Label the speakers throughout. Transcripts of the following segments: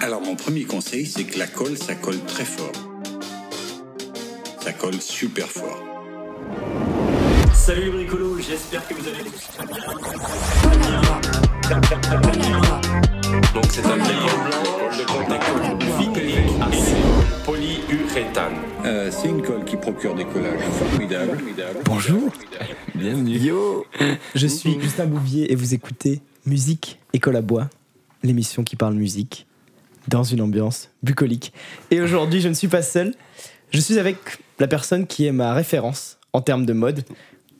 Speaker 1: Alors mon premier conseil, c'est que la colle, ça colle très fort. Ça colle super fort.
Speaker 2: Salut les bricolos, j'espère que vous allez
Speaker 3: Donc c'est un glycol blanc de contenu vinylique acide polyuréthane.
Speaker 1: Euh, c'est une colle qui procure des collages formidables.
Speaker 4: Bonjour,
Speaker 5: Bienvenue.
Speaker 4: yo, je
Speaker 6: Mm-hmm.
Speaker 4: suis Justin Bouvier et vous écoutez Musique École à Bois, l'émission qui parle musique dans une ambiance bucolique. Et aujourd'hui, je ne suis pas seul, je suis avec la personne qui est ma référence en termes de mode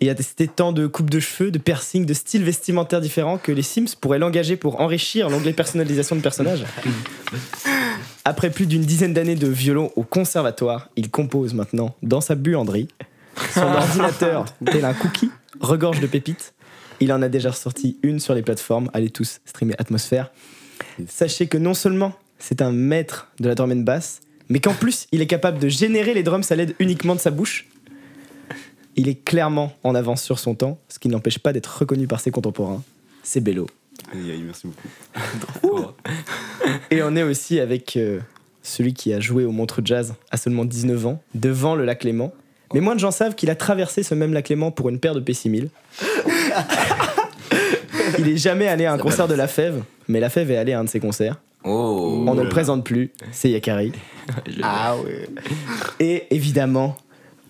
Speaker 4: et a testé tant de coupes de cheveux, de piercings, de styles vestimentaires différents que les Sims pourraient l'engager pour enrichir l'onglet personnalisation de personnages. Après plus d'une dizaine d'années de violon au conservatoire, il compose maintenant dans sa buanderie. Son ordinateur, tel un cookie, regorge de pépites. Il en a déjà ressorti une sur les plateformes. Allez tous streamer Atmosphère. Sachez que non seulement c'est un maître de la drum and bass, mais qu'en plus il est capable de générer les drums à l'aide uniquement de sa bouche. Il est clairement en avance sur son temps, ce qui n'empêche pas d'être reconnu par ses contemporains. C'est Bello.
Speaker 5: Aïe, aïe, merci beaucoup.
Speaker 4: Et on est aussi avec euh, celui qui a joué au Montreux Jazz à seulement 19 ans, devant le lac Léman.
Speaker 5: Oh.
Speaker 4: Mais moins de gens savent qu'il a traversé ce même lac Léman pour une paire de P6000. Il est jamais allé à un concert de La Fève, mais La Fève est allé à un de ses concerts.
Speaker 5: Oh.
Speaker 4: On ne le présente plus, c'est Yakari. ah ouais. Et évidemment,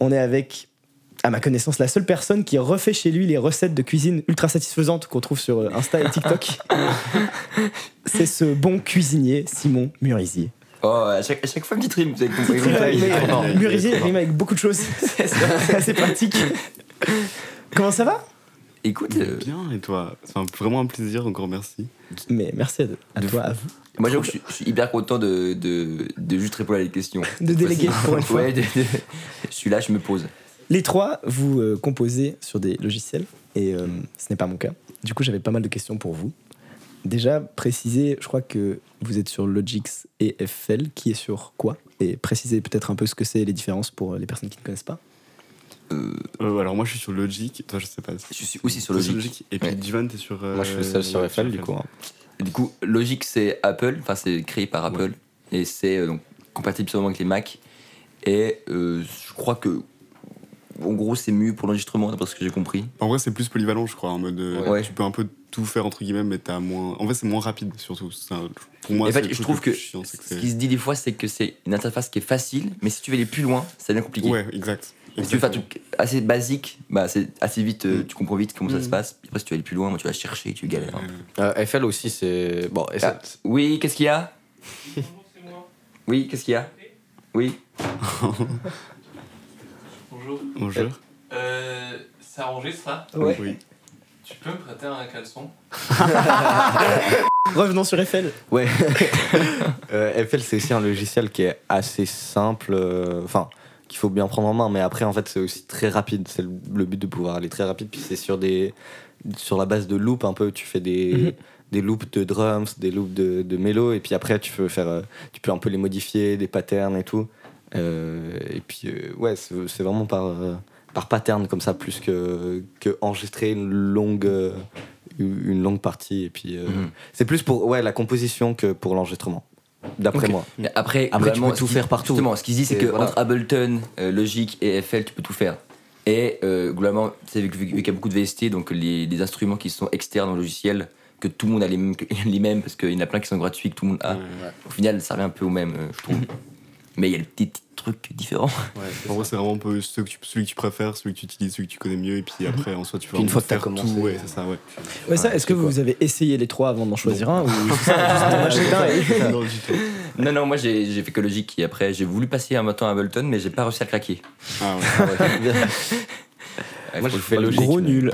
Speaker 4: on est avec, à ma connaissance, la seule personne qui refait chez lui les recettes de cuisine ultra satisfaisantes qu'on trouve sur euh, Insta et TikTok. c'est ce bon cuisinier, Simon Murisier.
Speaker 6: Oh, à chaque, à chaque fois, petite rime. Vous avez compris.
Speaker 4: Ouais,
Speaker 6: il est trop fort.
Speaker 4: mais- euh, Murisier rime avec beaucoup de choses. C'est assez pratique. Comment ça va
Speaker 6: Écoute, euh,
Speaker 5: Bien, et toi C'est un- vraiment un plaisir, encore merci.
Speaker 4: Mais merci à, à toi, à vous.
Speaker 6: moi j'avoue que je suis- je suis hyper content de, de, de juste répondre à des questions.
Speaker 4: De déléguer pour une fois.
Speaker 6: Ouais, de- de- je suis là, je me pose.
Speaker 4: Les trois, vous euh, composez sur des logiciels et euh, ce n'est pas mon cas. Du coup, j'avais pas mal de questions pour vous. Déjà, précisez, je crois que vous êtes sur Logix et FL, qui est sur quoi Et précisez peut-être un peu ce que c'est les différences pour les personnes qui ne connaissent pas.
Speaker 5: Euh, alors moi je suis sur Logic, toi je sais pas.
Speaker 6: Je suis aussi sur
Speaker 5: T'es
Speaker 6: Logic.
Speaker 5: Et puis
Speaker 6: Ouais.
Speaker 5: Divan, t'es sur. euh,
Speaker 7: Moi, je suis le seul
Speaker 4: Euh,
Speaker 7: sur FL, du coup. hein.
Speaker 6: Du coup, Logic c'est Apple, enfin c'est créé par Apple et c'est euh, donc compatible seulement avec les Mac. Et euh, je crois que en gros c'est mieux pour l'enregistrement d'après ce que j'ai compris.
Speaker 5: En vrai, c'est plus polyvalent, je crois. En mode, euh,
Speaker 6: Ouais.
Speaker 5: tu peux un peu tout faire entre guillemets, mais t'as moins. En vrai, c'est moins rapide, surtout. C'est un- Pour moi,
Speaker 6: Et en
Speaker 5: c'est
Speaker 6: fait,
Speaker 5: le
Speaker 6: je
Speaker 5: truc
Speaker 6: trouve
Speaker 5: le
Speaker 6: que
Speaker 5: plus chiant, c'est
Speaker 6: ce
Speaker 5: c'est-
Speaker 6: qui se dit des fois c'est que c'est une interface qui est facile, mais si tu veux aller plus loin, ça devient compliqué.
Speaker 5: Ouais, exact.
Speaker 6: Si tu veux faire un truc assez basique, bah c'est assez vite, euh,
Speaker 5: Mm.
Speaker 6: tu comprends vite comment ça
Speaker 4: Mm.
Speaker 6: se passe. Après, si tu veux aller plus loin, tu vas chercher, tu galères.
Speaker 5: Exactement.
Speaker 7: Euh, FL aussi, c'est. Bon, et ça-
Speaker 6: Ah, oui, qu'est-ce qu'il y a Oui, qu'est-ce qu'il y a Oui.
Speaker 8: Bonjour.
Speaker 5: Euh, Bonjour.
Speaker 8: Euh, ça enregistre là
Speaker 4: Ouais.
Speaker 5: Oui.
Speaker 8: Tu peux me prêter un caleçon
Speaker 4: Revenons sur FL.
Speaker 7: Ouais. Euh, FL, c'est aussi un logiciel qui est assez simple, euh, enfin, qu'il faut bien prendre en main, mais après, en fait, c'est aussi très rapide. C'est le, le but de pouvoir aller très rapide, puis c'est sur des. Sur la base de loops, un peu, tu fais des,
Speaker 4: Mhm.
Speaker 7: des loops de drums, des loops de, de mélo, et puis après, tu peux, faire, euh, tu peux un peu les modifier, des patterns et tout. Euh, et puis, euh, ouais, c'est c'est vraiment par, euh, par pattern comme ça, plus que, que enregistrer une longue, euh, une longue partie. Et puis, euh,
Speaker 6: Mhm.
Speaker 7: c'est plus pour ouais, la composition que pour l'enregistrement, d'après
Speaker 4: Ok.
Speaker 7: moi.
Speaker 6: Mais après,
Speaker 7: Après, tu
Speaker 6: globalement,
Speaker 7: peux tout
Speaker 6: ce qui-
Speaker 7: faire partout.
Speaker 6: Justement, ce qu'ils disent, c'est
Speaker 7: Et
Speaker 6: que
Speaker 7: voilà.
Speaker 6: entre Ableton, euh, Logic et FL, tu peux tout faire. Et euh, globalement, tu sais, vu que- vu qu'il y a beaucoup de VST, donc les, les instruments qui sont externes au logiciel, que tout le monde a les mêmes, que- les mêmes parce qu'il y en a plein qui sont gratuits, que tout le monde a.
Speaker 5: Ouais.
Speaker 6: Au final, ça revient un peu au même, euh, je trouve. Mais il y a des petits trucs différents.
Speaker 5: En vrai, c'est vraiment un peu ce que tu- celui que tu préfères, celui que tu utilises, celui que tu connais mieux, et puis après, ensuite, tu vas
Speaker 7: Puis une fois que t'as commencé,
Speaker 5: tout. Ouais, c'est ça, ouais.
Speaker 4: Ouais,
Speaker 7: Ah,
Speaker 4: ça, est-ce que vous avez essayé les trois avant d'en choisir un ou juste en acheter un et-
Speaker 5: Non, du tout.
Speaker 6: Non, non, moi j'ai j'ai fait que Logic et après j'ai voulu passer un matin à Ableton, mais j'ai pas réussi à craquer.
Speaker 5: Ah ouais.
Speaker 6: Ouais,
Speaker 7: Moi,
Speaker 6: faut-
Speaker 7: je fais
Speaker 6: faut-
Speaker 7: Logic.
Speaker 4: Gros
Speaker 7: mais-
Speaker 4: nul.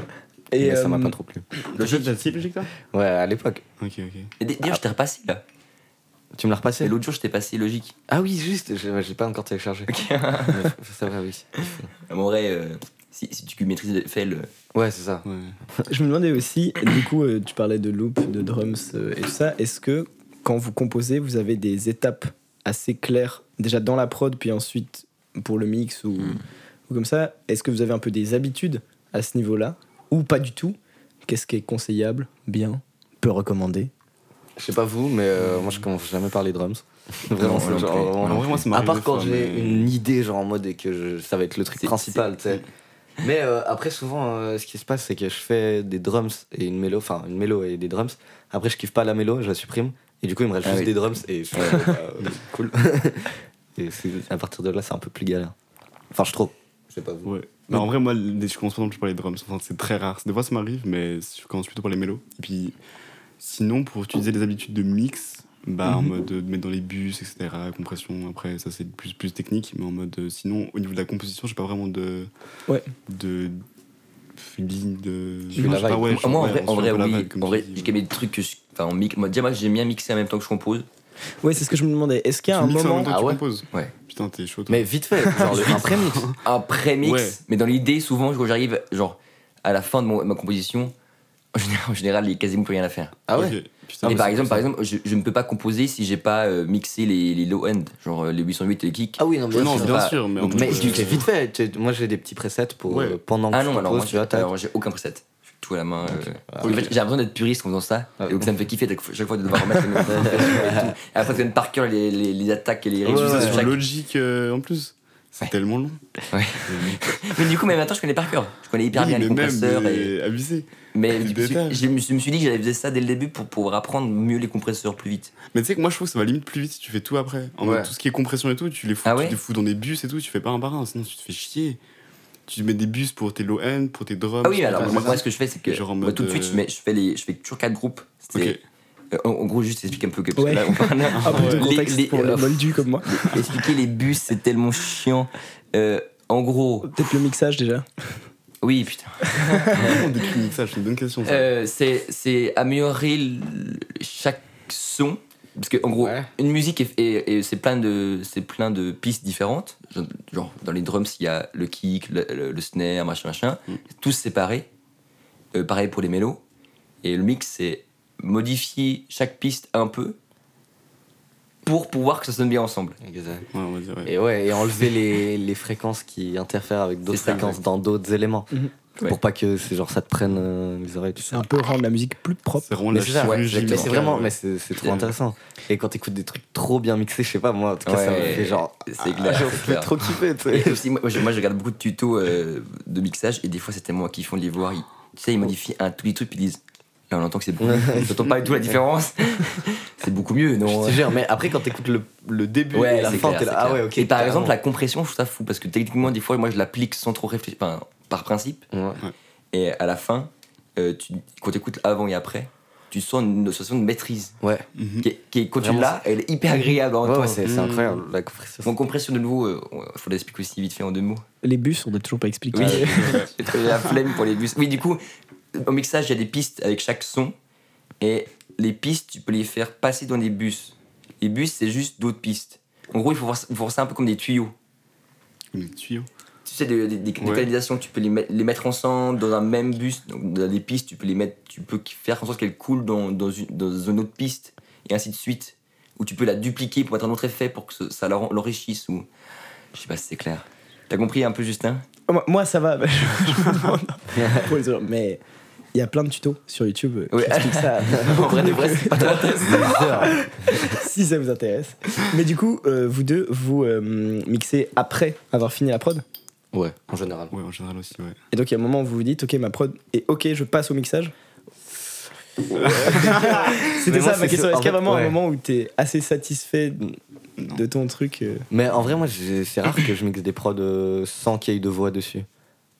Speaker 7: mais
Speaker 4: Et
Speaker 7: ça m'a
Speaker 4: euh,
Speaker 7: pas trop plu.
Speaker 6: Logic.
Speaker 7: Ouais, à l'époque.
Speaker 5: Ok, ok.
Speaker 6: Et D'ailleurs, je t'ai repassé là.
Speaker 7: Tu me l'as repassé
Speaker 6: Et L'autre jour, je t'ai passé Logic.
Speaker 7: Ah oui, juste, je j'ai pas encore téléchargé. Mais f- ça va, oui.
Speaker 6: En vrai, euh, si, si tu maîtrises FL, euh,
Speaker 7: Ouais, c'est ça.
Speaker 5: Ouais.
Speaker 4: Je me demandais aussi, du coup, euh, tu parlais de loop, de drums euh, et tout ça. Est-ce que quand vous composez, vous avez des étapes assez claires, déjà dans la prod, puis ensuite pour le mix ou,
Speaker 6: Hmm.
Speaker 4: ou comme ça Est-ce que vous avez un peu des habitudes à ce niveau-là Ou pas du tout Qu'est-ce qui est conseillable, bien, peu recommandé
Speaker 7: Je sais pas vous, mais euh, moi je commence jamais par les drums. Vraiment,
Speaker 6: Non,
Speaker 7: c'est
Speaker 6: non
Speaker 7: genre,
Speaker 6: plus.
Speaker 7: vraiment,
Speaker 5: En vrai, moi, ça m'arrive
Speaker 7: À part
Speaker 5: des
Speaker 7: quand
Speaker 5: fois,
Speaker 7: j'ai
Speaker 5: mais-
Speaker 7: une idée, genre en mode et que je- ça va être le truc
Speaker 6: C'est-
Speaker 7: principal, tu sais. Mais euh, après, souvent, euh, ce qui se passe, c'est que je fais des drums et une mélo, enfin une mélo et des drums. Après, je kiffe pas la mélo, je la supprime. Et du coup, il me reste
Speaker 6: Ah
Speaker 7: juste
Speaker 6: oui.
Speaker 7: des drums et je suis en mode, bah, euh, cool. et c'est- à partir de là, c'est un peu plus galère. Enfin, je trouve. Je sais pas vous.
Speaker 5: Ouais. Bah, en vrai, moi, les- je commence pas non plus par les drums. Enfin, c'est très rare. Des fois, ça m'arrive, mais je commence plutôt par les mélos. Et puis, sinon, pour utiliser les habitudes de mix, bah, en mode de mettre dans les bus, etc., compression, après, ça, c'est plus, plus technique. Mais en mode, euh, sinon, au niveau de la composition, j'ai pas vraiment de.
Speaker 4: Ouais.
Speaker 5: De. Ligne de.
Speaker 7: Tu fais la
Speaker 5: je sais pas,
Speaker 7: vibe.
Speaker 5: ouais, je-
Speaker 6: Moi, en
Speaker 5: ouais,
Speaker 6: vrai,
Speaker 5: on
Speaker 6: en
Speaker 5: suit
Speaker 6: vrai,
Speaker 5: un peu la
Speaker 6: oui.
Speaker 5: vibe, comme
Speaker 6: En
Speaker 5: tu
Speaker 6: vrai,
Speaker 5: dis,
Speaker 6: j'ai
Speaker 5: ouais.
Speaker 6: quand même des trucs que je- Enfin, on mic- moi, déjà, moi, j'aime bien mixer en même temps que je compose.
Speaker 4: Ouais, c'est ce que je me demandais. Est-ce qu'il y a
Speaker 5: Tu
Speaker 4: un
Speaker 5: mixes en même
Speaker 4: moment.
Speaker 5: temps que
Speaker 7: Ah
Speaker 5: tu
Speaker 7: ouais
Speaker 5: composes
Speaker 6: Ouais.
Speaker 5: Putain, t'es chaud. toi.
Speaker 7: Mais vite fait, genre le, un prémix.
Speaker 6: un pré-mix,
Speaker 5: Ouais.
Speaker 6: mais dans l'idée, souvent, quand j'arrive, genre, à la fin de mon- ma composition, en général, en général, il n'y a quasiment plus rien à faire.
Speaker 7: Ah ouais
Speaker 5: Ok, putain,
Speaker 6: et
Speaker 5: mais
Speaker 6: par
Speaker 5: c'est
Speaker 6: exemple,
Speaker 5: comme
Speaker 6: par
Speaker 5: ça.
Speaker 6: exemple, je, je ne peux pas composer si j'ai pas euh, mixé les, les low-end, genre euh, les 808 et les kicks.
Speaker 7: Ah oui, non, mais
Speaker 5: Ouais, non,
Speaker 6: je sais
Speaker 5: bien
Speaker 6: pas.
Speaker 5: sûr, mais en
Speaker 6: Donc,
Speaker 5: mode,
Speaker 7: Mais
Speaker 5: euh,
Speaker 7: tu le fais vite fait. Tu- Moi, j'ai des petits presets pour
Speaker 5: Ouais.
Speaker 7: euh, pendant que
Speaker 6: Ah
Speaker 7: je
Speaker 6: non, alors
Speaker 7: compose,
Speaker 6: moi,
Speaker 7: tu vois,
Speaker 6: j'ai-
Speaker 7: t'as-
Speaker 6: alors, j'ai aucun preset. Je fais Tout à la main. euh,
Speaker 5: Ok.
Speaker 6: En fait, j'ai l'impression d'être puriste en faisant ça.
Speaker 7: Ah.
Speaker 6: Et donc, ça me fait kiffer chaque fois- chaque fois de devoir remettre les notes. et tout. Et après, tu par cœur les, les, les attaques et les
Speaker 5: Tu fais
Speaker 6: réductions
Speaker 5: ça
Speaker 6: de
Speaker 5: sur
Speaker 6: chaque-
Speaker 5: Logic euh, en plus. C'est
Speaker 6: Ouais.
Speaker 5: tellement long.
Speaker 6: Ouais. Mais du coup, même maintenant, je connais par cœur. Je connais hyper
Speaker 5: Oui,
Speaker 6: bien les
Speaker 5: mais
Speaker 6: compresseurs.
Speaker 5: même,
Speaker 6: et...
Speaker 5: mais abusé.
Speaker 6: Mais
Speaker 5: Des
Speaker 6: je me, suis,
Speaker 5: détails.
Speaker 6: je me- je me suis dit que j'avais fait ça dès le début pour pouvoir apprendre mieux les compresseurs plus vite.
Speaker 5: Mais tu sais que moi je trouve que ça va limite plus vite si tu fais tout après. En
Speaker 6: Ouais.
Speaker 5: mode, tout ce qui est compression et tout, tu les fous,
Speaker 6: Ah
Speaker 5: tu
Speaker 6: ouais
Speaker 5: les fous dans des bus et tout, tu fais pas un par un, sinon tu te fais chier. Tu mets des bus pour tes low end, pour tes drums.
Speaker 6: Ah oui,
Speaker 5: pour
Speaker 6: alors
Speaker 5: tes-
Speaker 6: moi, moi, ce que je fais, c'est que
Speaker 5: Genre en
Speaker 6: moi,
Speaker 5: mode,
Speaker 6: tout de suite, je,
Speaker 5: euh,
Speaker 6: mets- je fais, les, je fais toujours quatre groupes. C'est-
Speaker 5: Ok.
Speaker 6: euh, en, en gros, juste explique un peu que parce
Speaker 4: Ouais.
Speaker 6: que là, on parle-
Speaker 4: Un peu de
Speaker 6: Les-
Speaker 4: contexte
Speaker 6: les-
Speaker 4: pour les
Speaker 6: euh,
Speaker 4: moldus comme moi.
Speaker 6: expliquer les bus, c'est tellement chiant. Euh, en gros,
Speaker 4: Peut-être le mixage déjà.
Speaker 6: oui, putain.
Speaker 5: Comment on décrit le mixage C'est une bonne question. ça.
Speaker 6: Euh, c'est c'est améliorer l- chaque son. Parce que, en gros,
Speaker 7: Ouais.
Speaker 6: une musique, est- est- est- c'est plein, de- c'est plein de pistes différentes. Genre- Genre, dans les drums, il y a le kick, le, le- le snare, machin, machin. Tous séparés. Euh, pareil pour les mélos. Et le mix, c'est modifier chaque piste un peu pour pouvoir que ça sonne bien ensemble.
Speaker 7: Exact.
Speaker 5: Ouais, on va dire, ouais.
Speaker 7: Et ouais, et enlever les, les fréquences qui interfèrent avec d'autres
Speaker 6: C'est ça,
Speaker 7: fréquences
Speaker 6: ouais.
Speaker 7: dans d'autres éléments.
Speaker 4: Mhm.
Speaker 6: Ouais.
Speaker 7: Pour pas que c'est genre ça te prenne euh, les oreilles. tu sais.
Speaker 4: C'est un peu rendre la musique plus propre.
Speaker 5: C'est vraiment
Speaker 7: Mais
Speaker 5: la
Speaker 7: c'est ça, ouais,
Speaker 5: chirurgie. euh,
Speaker 7: mais c'est
Speaker 5: musicale,
Speaker 7: vraiment,
Speaker 5: ouais.
Speaker 7: mais c'est c'est trop
Speaker 6: Ouais.
Speaker 7: intéressant. Et quand t'écoutes des trucs trop bien mixés, je sais pas, moi, en tout cas, ça me
Speaker 6: Ouais.
Speaker 7: fait genre.
Speaker 6: C'est
Speaker 7: Ah,
Speaker 6: clair.
Speaker 7: je me
Speaker 6: c'est
Speaker 7: fais
Speaker 6: clair.
Speaker 7: trop kiffer, tu sais.
Speaker 6: Et aussi, moi, moi, je, moi, je regarde beaucoup de tutos euh, de mixage et des fois c'est tellement kiffant de les voir. Ils, tu sais, ils modifient un tout petit truc puis ils disent Là on entend que c'est beaucoup mieux. T'entends pas du tout la différence. c'est beaucoup mieux, non euh,
Speaker 7: Je te jure, mais après, quand t'écoutes le, le début et la
Speaker 6: c'est
Speaker 7: fin,
Speaker 6: clair,
Speaker 7: t'es là.
Speaker 6: c'est
Speaker 7: Ah
Speaker 6: clair.
Speaker 7: ouais, ok.
Speaker 6: Et par
Speaker 7: carrément.
Speaker 6: exemple, la compression, je trouve ça fou parce que techniquement, des fois, moi je l'applique sans trop réfléchir, enfin, par principe.
Speaker 7: Ouais.
Speaker 6: Et à la fin, euh, tu, quand t'écoutes avant et après, tu sens une notion de maîtrise.
Speaker 7: Ouais,
Speaker 5: Mhm.
Speaker 6: Qui est, qui est- quand tu
Speaker 7: Vraiment,
Speaker 6: l'as, elle est hyper agréable à
Speaker 7: ouais,
Speaker 6: entendre.
Speaker 7: ouais, c'est c'est incroyable, la compression.
Speaker 6: Mon Mm. compression de nouveau, euh, faut l'expliquer aussi vite fait en deux mots.
Speaker 4: Les bus, on n'a toujours pas expliqué.
Speaker 6: Oui, j'ai trouvé la flemme pour les bus. Oui, du coup, au mixage, il y a des pistes avec chaque son. Et les pistes, tu peux les faire passer dans des bus. Les bus, c'est juste d'autres pistes. En gros, il faut voir, ça- il faut voir ça un peu comme des tuyaux.
Speaker 5: Comme des tuyaux.
Speaker 6: Tu sais, des, des, des- des
Speaker 5: Ouais.
Speaker 6: canalisations, tu peux les, mettre- les mettre ensemble dans un même bus. Donc, dans des pistes, tu peux, les mettre, tu peux faire en sorte qu'elles coulent dans, dans, une, dans une autre piste. Et ainsi de suite. Ou tu peux la dupliquer pour mettre un autre effet pour que ce- ça l'en- l'enrichisse. Ou... Je sais pas si c'est clair. T'as compris un peu, Justin
Speaker 4: Moi, moi, ça va. je me demande pour les autres, Mais il y a plein de tutos sur YouTube euh, qui
Speaker 6: Ouais.
Speaker 4: expliquent ça.
Speaker 6: En vrai, de vrai, c'est pas toi.
Speaker 4: si ça vous intéresse. Mais du coup, euh, vous deux, vous euh, mixez après avoir fini la prod.
Speaker 7: Ouais, en général.
Speaker 5: Ouais, en général aussi, ouais.
Speaker 4: Et donc, il y a un moment où vous vous dites, ok, ma prod, et ok, je passe au mixage. C'était
Speaker 7: Mais
Speaker 4: ça ma
Speaker 7: moi, c'est
Speaker 4: question.
Speaker 7: ce-
Speaker 4: Est-ce qu'il y a
Speaker 7: en fait,
Speaker 4: vraiment un
Speaker 7: ouais.
Speaker 4: moment où t'es assez satisfait de ton truc euh,
Speaker 7: Mais en vrai, moi, j'ai- c'est rare que je mixe des prods euh, sans qu'il y ait de voix dessus.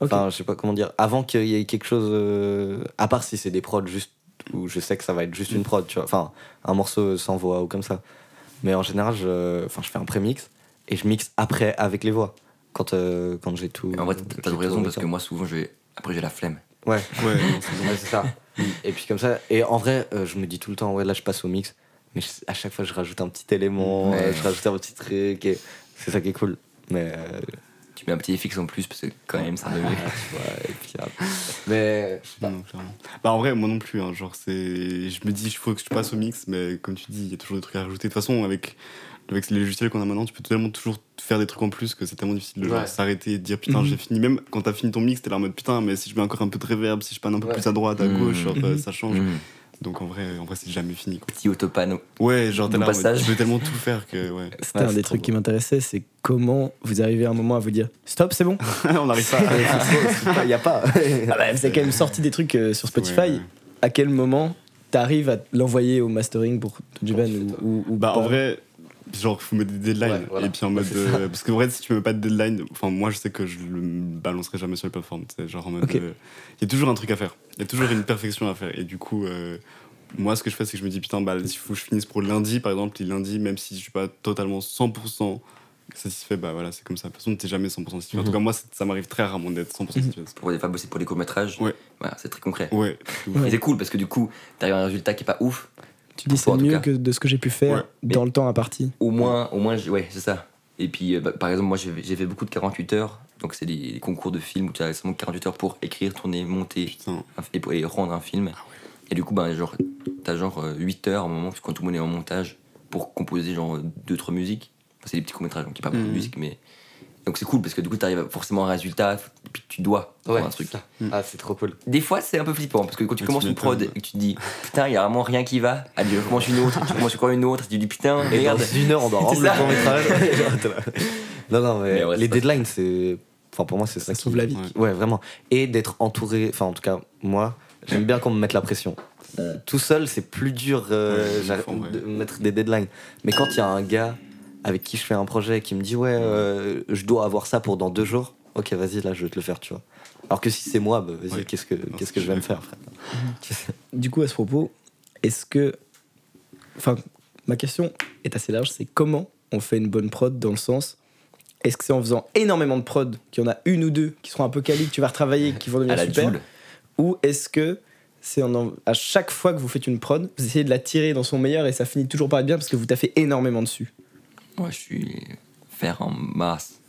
Speaker 4: Ok.
Speaker 7: Enfin, je sais pas comment dire. Avant qu'il y ait quelque chose. euh, à part si c'est des prods juste. où je sais que ça va être juste une prod, tu vois. Enfin, un morceau sans voix ou comme ça. Mais en général, je, enfin, je fais un pré-mix et je mixe après avec les voix. Quand, euh, quand j'ai tout.
Speaker 6: En vrai,
Speaker 7: j'ai
Speaker 6: t'as- t'as
Speaker 7: tout
Speaker 6: raison
Speaker 7: en
Speaker 6: parce
Speaker 7: même
Speaker 6: que moi, souvent, j'ai- après, j'ai la flemme.
Speaker 7: temps. Ouais.
Speaker 5: Ouais, non, c'est
Speaker 7: Ouais, c'est ça. Et puis comme ça, et en vrai, euh, je me dis tout le temps, ouais, là je passe au mix, mais je- à chaque fois je rajoute un petit élément,
Speaker 6: Ouais.
Speaker 7: euh, je rajoute un petit truc, et c'est ça qui est cool. Mais, euh,
Speaker 6: Tu mets un petit FX en plus parce que, quand même, ça
Speaker 7: ouais,
Speaker 6: devait.
Speaker 7: et puis, euh, mais
Speaker 5: Non, non, clairement. Bah en vrai, moi non plus. hein, genre, c'est, je me dis, il faut que je passe au mix, mais comme tu dis, il y a toujours des trucs à rajouter. De toute façon, avec avec les logiciels qu'on a maintenant, tu peux tellement toujours faire des trucs en plus que c'est tellement difficile de genre
Speaker 7: Ouais.
Speaker 5: s'arrêter et de dire putain,
Speaker 4: Mhm.
Speaker 5: j'ai fini. Même quand t'as fini ton mix, t'es là en mode putain, mais si je mets encore un peu de reverb, si je panne un peu
Speaker 7: Ouais.
Speaker 5: plus à droite, à
Speaker 6: Mhm.
Speaker 5: gauche, genre, bah, ça change.
Speaker 6: Mhm.
Speaker 5: Donc en vrai, en vrai c'est jamais fini. Quoi.
Speaker 6: Petit autopano.
Speaker 5: Ouais, genre t'es
Speaker 6: Bon
Speaker 5: là, en mode,
Speaker 6: passage.
Speaker 5: je veux tellement tout faire que ouais.
Speaker 4: C'était
Speaker 7: Ouais,
Speaker 4: un
Speaker 7: c'est
Speaker 4: des
Speaker 7: trop
Speaker 4: trucs
Speaker 7: beau.
Speaker 4: qui m'intéressait, c'est comment vous arrivez à un moment à vous dire stop, c'est bon.
Speaker 5: on n'arrive pas. à-
Speaker 7: Il n'y a pas.
Speaker 4: Ah bah, vous avez quand même sorti des trucs euh, sur Spotify.
Speaker 5: Ouais, ouais.
Speaker 4: À quel moment t'arrives à l'envoyer au mastering pour Juban ou, ou, ou
Speaker 5: Bah en
Speaker 4: pas
Speaker 5: vrai, genre faut mettre des deadlines.
Speaker 7: Ouais, voilà.
Speaker 5: Et puis en mode.
Speaker 7: C'est
Speaker 5: euh, parce qu'en vrai, si tu mets pas de deadline, enfin moi je sais que je le balancerai jamais sur les plateformes. tu sais, genre en mode.
Speaker 4: Ok.
Speaker 5: euh, Il y a toujours un truc à faire. Il y a toujours une perfection à faire. Et du coup. euh, moi, ce que je fais, c'est que je me dis, putain, bah, il faut que je finisse pour lundi, par exemple. Et lundi, même si je suis pas totalement 100% satisfait, bah voilà, c'est comme ça. De toute façon, t'es jamais 100% satisfait. En tout cas, moi, c'est- ça m'arrive très rarement d'être 100% satisfait.
Speaker 6: Pour des fois bosser pour des courts-métrages.
Speaker 5: Ouais.
Speaker 6: Voilà, c'est très concret.
Speaker 5: Ouais. de ouf.
Speaker 6: Et c'est cool parce que du coup, t'arrives à un résultat qui est pas ouf.
Speaker 4: Tu dis
Speaker 6: Parfois,
Speaker 4: c'est
Speaker 6: en tout
Speaker 4: mieux
Speaker 6: cas.
Speaker 4: que de ce que j'ai pu faire
Speaker 5: Ouais.
Speaker 4: dans le temps imparti.
Speaker 6: Au moins, au moins j'ai- ouais, c'est ça. Et puis, euh, bah, par exemple, moi, j'ai j'ai fait beaucoup de 48 heures. Donc, c'est des, des concours de films où tu as seulement 48 heures pour écrire, tourner, monter
Speaker 5: Putain.
Speaker 6: un- et, et rendre un film. Et du coup, ben, genre, t'as genre euh, 8 heures à un moment, parce que quand tout le monde est en montage, pour composer genre euh, deux, trois musiques. Enfin, c'est des petits courts-métrages, donc il n'y a pas beaucoup de
Speaker 5: Mhm.
Speaker 6: musique, mais. Donc c'est cool parce que du coup, t'arrives à forcément à un résultat, et puis tu dois faire
Speaker 7: Ouais,
Speaker 6: un truc.
Speaker 7: ça. Ah, c'est trop cool.
Speaker 6: Des fois, c'est un peu flippant parce que quand tu
Speaker 5: Ouais,
Speaker 6: commences
Speaker 5: tu
Speaker 6: une prod et
Speaker 5: m'étonnes.
Speaker 6: que tu te dis putain, il y a vraiment rien qui va, allez, je commence une autre, tu commences encore une autre, tu dis putain,
Speaker 7: Et dans
Speaker 6: merde.
Speaker 7: une heure, on doit rendre le
Speaker 6: ça.
Speaker 7: court métrage. non, non, mais,
Speaker 6: Mais ouais,
Speaker 7: les
Speaker 6: c'est pas-
Speaker 7: deadlines, c'est. Enfin, pour moi, c'est ça,
Speaker 4: Ça
Speaker 7: qui-
Speaker 4: sauve la vie.
Speaker 5: Ouais.
Speaker 7: Ouais, vraiment. Et d'être entouré. Enfin, en tout cas, moi, j'aime bien qu'on me mette la pression. Tout seul, c'est plus dur euh,
Speaker 5: Ouais,
Speaker 7: j'arrive-
Speaker 5: en vrai.
Speaker 7: de mettre des deadlines. Mais quand il y a un gars avec qui je fais un projet et qui me dit ouais, euh, je dois avoir ça pour dans deux jours. Ok, vas-y, là, je vais te le faire, tu vois. Alors que si c'est moi, bah, vas-y,
Speaker 5: Ouais.
Speaker 7: qu'est-ce que qu'est-ce que
Speaker 5: c'est
Speaker 7: je vais me
Speaker 5: clair.
Speaker 7: faire, frère
Speaker 4: Du coup, à ce propos, est-ce que. Enfin, ma question est assez large c'est comment on fait une bonne prod dans le sens. Est-ce que c'est en faisant énormément de prod qu'il y en a une ou deux qui seront un peu quali, que tu vas retravailler, qui vont
Speaker 6: à
Speaker 4: devenir
Speaker 6: la
Speaker 4: super
Speaker 6: Joule.
Speaker 4: Ou est-ce que c'est en en- à chaque fois que vous faites une prod, vous essayez de la tirer dans son meilleur et ça finit toujours par être bien parce que vous taffez énormément dessus
Speaker 6: Moi, je suis faire en masse.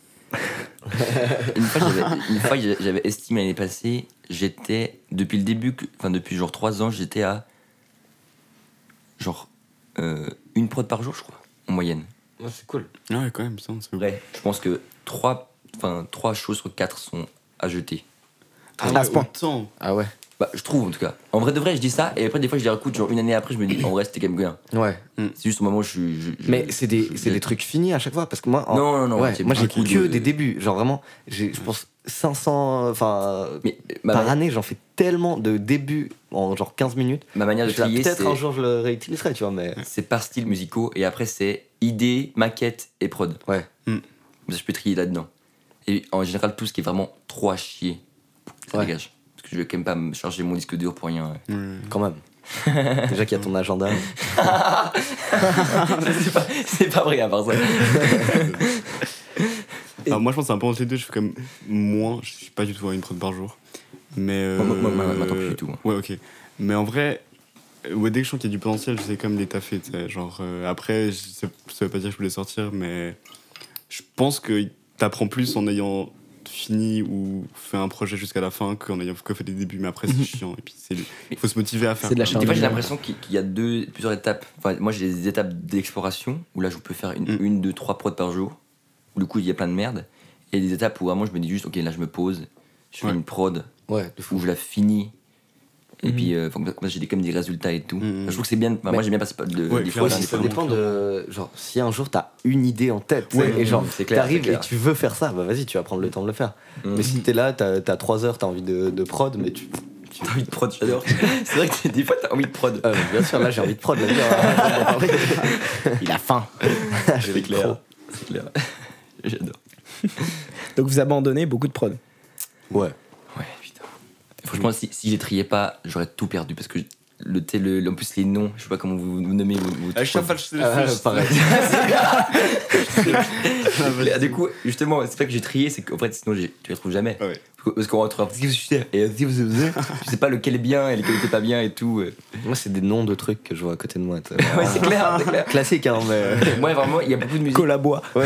Speaker 6: une fois, j'avais- une fois, j'avais j'avais estimé l'année passée, j'étais, depuis le début, que- enfin, depuis genre 3 ans, j'étais à genre euh, une prod par jour, je crois, en moyenne.
Speaker 7: c'est cool.
Speaker 5: Ah ouais, quand même, putain, c'est ouf.
Speaker 6: Ouais. Je pense que 3, enfin, trois choses sur 4 sont à jeter.
Speaker 5: Ah,
Speaker 4: À ce point.
Speaker 5: autant.
Speaker 7: Ah ouais.
Speaker 6: Bah, je trouve en tout cas. En vrai de vrai, je dis ça, et après, des fois, je les réécoute, genre une année après, je me dis, en vrai, c'était quand même bien.
Speaker 7: Ouais.
Speaker 6: C'est juste au moment où je suis. je- je-
Speaker 7: Mais c'est des,
Speaker 6: je-
Speaker 7: c'est des trucs finis à chaque fois parce que moi, en-
Speaker 6: Non, non, non.
Speaker 7: ouais,
Speaker 6: c'est
Speaker 7: moi j'ai
Speaker 6: beaucoup
Speaker 7: que
Speaker 6: de-
Speaker 7: des débuts. Genre vraiment, j'ai, je pense 500, enfin,
Speaker 6: Mais bah ma,
Speaker 7: par
Speaker 6: ma-
Speaker 7: année, j'en fais tellement de débuts en genre 15 minutes.
Speaker 6: ma manière de
Speaker 7: Je suis là,
Speaker 6: trier, c'est.
Speaker 7: Peut-être un jour je le réutiliserai, tu vois, mais
Speaker 6: c'est par style musicaux et après c'est idée, maquette et prod.
Speaker 7: Ouais.
Speaker 5: Hmm.
Speaker 6: Comme ça, je peux trier là-dedans. Et en général, tout ce qui est vraiment trop à chier, ça
Speaker 7: Ouais.
Speaker 6: dégage. Parce que je vais quand même pas me charger mon disque dur pour rien.
Speaker 5: Ouais.
Speaker 7: quand même. Déjà qu'il y a ton agenda.
Speaker 6: c'est, pas, c'est pas vrai à part ça.
Speaker 5: Alors, moi, je pense que c'est un peu entre les deux. Je fais quand même moins. Je suis pas du tout à une prod par jour. Mais.
Speaker 6: Moi, moi,
Speaker 5: euh,
Speaker 6: moi, moi, maintenant, plus du tout, hein.
Speaker 5: Ouais, ok. Mais en vrai, euh, ouais, dès que je sens qu'il y a du potentiel, je sais quand même les taffer. tu sais. Genre, euh, après, je sais- ça veut pas dire que je voulais sortir, mais je pense que t'apprends plus en ayant fini ou fait un projet jusqu'à la fin qu'en ayant que fait des débuts. Mais après,
Speaker 6: Mhm.
Speaker 5: c'est chiant. Et puis, c'est le- il faut se motiver à faire.
Speaker 4: C'est de la
Speaker 5: quoi.
Speaker 6: Des fois, j'ai
Speaker 4: Charlie.
Speaker 6: l'impression qu'il qu'il y a deux, plusieurs étapes. Enfin, moi, j'ai des étapes d'exploration où là, je peux faire une,
Speaker 5: Mm.
Speaker 6: une, deux, trois prods par jour. Où du coup, il y a plein de merde. Et des étapes où vraiment, je me dis juste, ok, là, je me pose, je fais
Speaker 5: Ouais.
Speaker 6: une prod,
Speaker 7: Ouais, de fou.
Speaker 6: où je la finis. Et
Speaker 4: Mhm.
Speaker 6: puis, euh, comme ça, comme ça, j'ai des, comme des résultats et tout.
Speaker 5: Mhm.
Speaker 6: Je trouve que c'est bien. bah, Moi, j'aime bien passer par- de,
Speaker 5: Ouais,
Speaker 6: des
Speaker 5: clairement,
Speaker 6: fois.
Speaker 7: Ouais,
Speaker 5: c'est
Speaker 6: des
Speaker 7: ça
Speaker 6: fois-
Speaker 7: dépend de. Genre, si un jour t'as une idée en tête, tu sais,
Speaker 6: Ouais,
Speaker 7: et genre,
Speaker 6: Mm, c'est clair, c'est
Speaker 7: t'arrives et
Speaker 6: clair.
Speaker 7: tu veux faire ça, bah vas-y, tu vas prendre le temps de le faire.
Speaker 6: Mhm.
Speaker 7: Mais si t'es là, t'as, t'as 3 heures, t'as envie de, de prod, mais tu.
Speaker 6: T'as envie de prod, j'adore. c'est vrai que des fois, t'as envie de prod.
Speaker 7: Euh, bien sûr, là j'ai envie de prod, là, on va en parler.
Speaker 4: Il a faim
Speaker 7: J'ai
Speaker 6: C'est clair.
Speaker 7: trop.
Speaker 6: C'est clair. j'adore.
Speaker 4: Donc vous abandonnez beaucoup de prod.
Speaker 7: Ouais.
Speaker 6: Ouais, putain. Franchement, si, si je les triais pas, j'aurais tout perdu parce que le, tu sais, le, en plus, les noms, je sais pas comment vous, vous nommez. Vous, vous-
Speaker 5: À chaque fois, je sais le
Speaker 7: Ah,
Speaker 5: faire, je sais
Speaker 7: pareil.
Speaker 6: Ah, du coup, justement, c'est pas que j'ai trié, c'est qu'en fait, sinon, j'ai- tu les trouves jamais.
Speaker 5: Ah ouais.
Speaker 6: Parce qu'on rentre un petit peu et euh, un petit peu- tu sais pas lequel est bien et lequel était pas bien et tout. euh.
Speaker 7: Moi, c'est des noms de trucs que je vois à côté de moi. t'sais.
Speaker 6: Ouais, c'est clair, c'est clair.
Speaker 7: Classique, hein, mais.
Speaker 6: Moi, vraiment, il y a beaucoup de musique.
Speaker 4: Colabois.
Speaker 7: Ouais.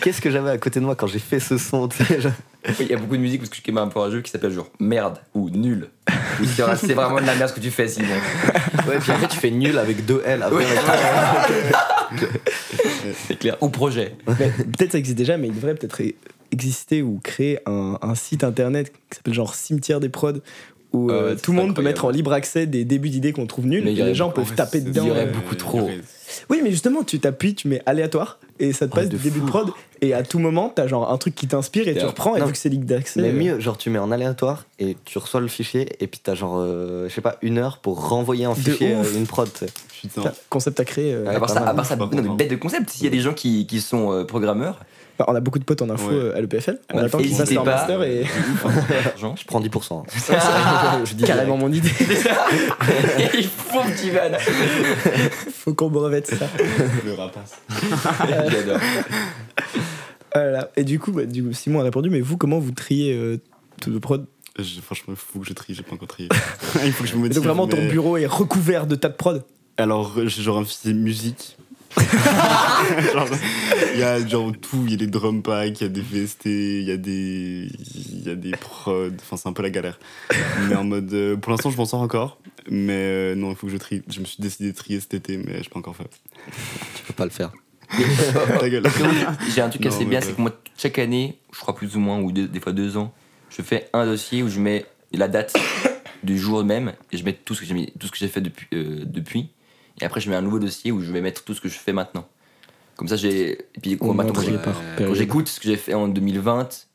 Speaker 7: Qu'est-ce que j'avais à côté de moi quand j'ai fait ce son t'sais, genre
Speaker 6: Oui, Il y a beaucoup de musique parce que je kiffe un peu un jeu qui s'appelle genre merde ou nul. Ou c'est vrai- c'est vraiment de la merde ce que tu fais Simon.
Speaker 7: Ouais, puis après, tu fais nul avec deux L. Après,
Speaker 6: Ouais.
Speaker 7: avec-
Speaker 6: C'est clair. Ou projet.
Speaker 4: Mais peut-être ça existe déjà, mais il devrait peut-être exister ou créer un, un site internet qui s'appelle genre Cimetière des prods où euh,
Speaker 6: Ah Ouais,
Speaker 4: tout le
Speaker 6: c'est
Speaker 4: monde peut
Speaker 6: incroyable.
Speaker 4: mettre en libre accès des débuts d'idées qu'on trouve nuls
Speaker 6: Mais
Speaker 4: et
Speaker 6: il y aurait
Speaker 4: les gens
Speaker 5: En
Speaker 4: peuvent
Speaker 5: vrai,
Speaker 4: taper
Speaker 5: c'est-
Speaker 4: dedans. euh,
Speaker 6: il y aurait
Speaker 5: ouais,
Speaker 6: beaucoup
Speaker 5: il y
Speaker 6: trop.
Speaker 5: aurait-
Speaker 4: Oui, mais justement, tu t'appuies, tu mets aléatoire et ça te passe
Speaker 6: de
Speaker 4: des débuts de prod et à tout moment, t'as genre un truc qui t'inspire et tu
Speaker 6: Non.
Speaker 4: reprends et vu que c'est libre d'accès.
Speaker 7: Mais
Speaker 4: euh,
Speaker 7: mieux, genre tu mets en aléatoire et tu reçois le fichier et puis t'as genre, euh, je sais pas, une heure pour renvoyer un
Speaker 4: De
Speaker 7: fichier
Speaker 4: ouf.
Speaker 7: euh, une prod. tu sais.
Speaker 5: Putain.
Speaker 4: putain, Concept à créer. euh,
Speaker 7: Ouais,
Speaker 6: à part
Speaker 7: pas
Speaker 6: ça,
Speaker 7: mal.
Speaker 6: à part ça,
Speaker 5: Je suis pas
Speaker 6: non, mais
Speaker 5: content.
Speaker 6: bête de concept. S'il y a des gens qui, qui sont euh, programmeurs,
Speaker 4: bah, on a beaucoup de potes en info
Speaker 5: Ouais.
Speaker 4: euh, à l'EPFL. On
Speaker 5: bah,
Speaker 4: attend qu'ils fassent
Speaker 6: n'hésitez
Speaker 4: leur
Speaker 6: pas.
Speaker 4: master et
Speaker 6: genre,
Speaker 7: Je prends 10%.
Speaker 4: je dis carrément mon idée.
Speaker 6: il faut que tu vas là.
Speaker 4: Faut qu'on brevette ça.
Speaker 5: Le rapace.
Speaker 6: J'adore.
Speaker 4: Voilà. Et du coup, bah, du coup, Simon a répondu, mais vous, comment vous triez euh, tout le prod
Speaker 5: Je- franchement, il faut que je trie, j'ai pas encore trié. il faut que je me
Speaker 4: Et
Speaker 5: motive.
Speaker 4: Donc vraiment, ton
Speaker 5: mais-
Speaker 4: bureau est recouvert de tas de prod.
Speaker 5: Alors, j'ai genre un fichier musique. Genre, Il y a genre tout, il y a des drum packs, il y a des VST, il y a des, il y a des prods, enfin c'est un peu la galère. Mais en mode, euh, pour l'instant je m'en sors encore, mais euh, non il faut que je trie. Je me suis décidé de trier cet été, mais je peux encore faire.
Speaker 7: Tu peux pas le faire.
Speaker 5: Ta gueule.
Speaker 6: J'ai un truc
Speaker 5: Non,
Speaker 6: assez
Speaker 5: mais
Speaker 6: bien,
Speaker 5: ouais.
Speaker 6: c'est que moi, chaque année, je crois plus ou moins, ou deux- des fois deux ans, je fais un dossier où je mets la date du jour même et je mets tout ce que j'ai mis- tout ce que j'ai fait depuis, euh, depuis. Et après, je mets un nouveau dossier où je vais mettre tout ce que je fais maintenant. Comme ça, j'ai. Et puis, quand, maintenant, quand j'ai- quand j'écoute ce que j'ai fait en 2020,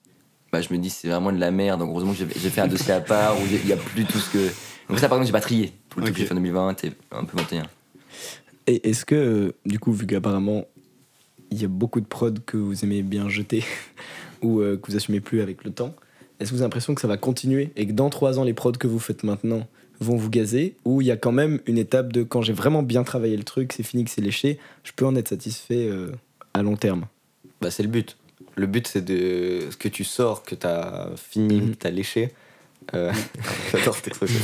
Speaker 6: bah, je me dis c'est vraiment de la merde. Donc, heureusement que j'ai j'ai fait un dossier à part où j'ai- il n'y a plus tout ce que. Donc, ça, par exemple, j'ai pas trié. Tout le truc que
Speaker 5: Ok.
Speaker 6: j'ai fait en 2020 et un peu 21.
Speaker 4: Et est-ce que, euh, du coup, vu qu'apparemment, il y a beaucoup de prod que vous aimez bien jeter ou euh, que vous assumez plus avec le temps, est-ce que vous avez l'impression que ça va continuer et que dans trois ans, les prods que vous faites maintenant vont vous gazer ou il y a quand même une étape de quand j'ai vraiment bien travaillé le truc, c'est fini, que c'est léché, je peux en être satisfait euh, à long terme
Speaker 7: Bah, c'est le but. Le but, c'est de ce que tu sors, que t'as fini,
Speaker 4: Mhm.
Speaker 7: que t'as léché. Euh, J'adore cette expression.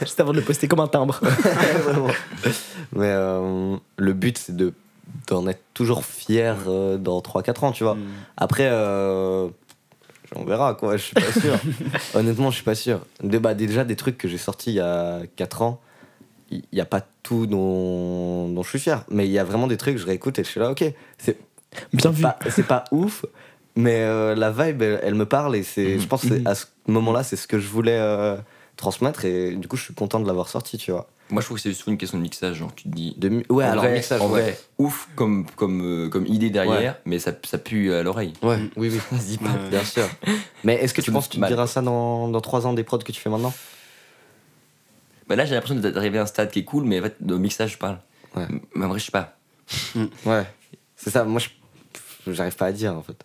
Speaker 4: Juste avant de le poster comme un timbre.
Speaker 7: Vraiment. Mais euh, le but, c'est de d'en être toujours fier euh, dans 3-4 ans, tu vois. Après, euh, on verra, quoi. Je suis pas sûr. Honnêtement, je suis pas sûr. Dé- bah, déjà, des trucs que j'ai sortis il y a 4 ans, il n'y a pas tout dont, dont je suis fier. Mais il y a vraiment des trucs que je réécoute et je suis là, ok, c'est
Speaker 4: Bien vu.
Speaker 7: pas, c'est pas ouf, mais euh, la vibe, elle, elle me parle et c'est, je pense que c'est- à ce moment-là, c'est ce que je voulais euh, transmettre et du coup, je suis content de l'avoir sorti, tu vois.
Speaker 6: Moi, je trouve que c'est surtout une question de mixage. Genre, tu te dis.
Speaker 7: De mi- ouais,
Speaker 6: en
Speaker 7: alors
Speaker 6: vrai,
Speaker 7: mixage,
Speaker 6: en
Speaker 7: ouais.
Speaker 6: vrai, ouf comme, comme, euh, comme idée derrière, mais ça, ça pue à l'oreille.
Speaker 7: Ouais, oui, oui. Mm. Vas-y,
Speaker 5: pas.
Speaker 7: bien sûr. Mais est-ce que
Speaker 6: Ça
Speaker 7: tu
Speaker 6: me
Speaker 7: penses que
Speaker 6: fait
Speaker 7: tu
Speaker 6: mal.
Speaker 7: diras ça dans, dans 3 ans des prods que tu fais maintenant
Speaker 6: Bah là, j'ai l'impression d'arriver à un stade qui est cool, mais en fait, de mixage, je parle.
Speaker 7: Ouais.
Speaker 6: Mais en vrai, je sais pas.
Speaker 7: Ouais. C'est ça, moi, je- j'arrive pas à dire, en fait.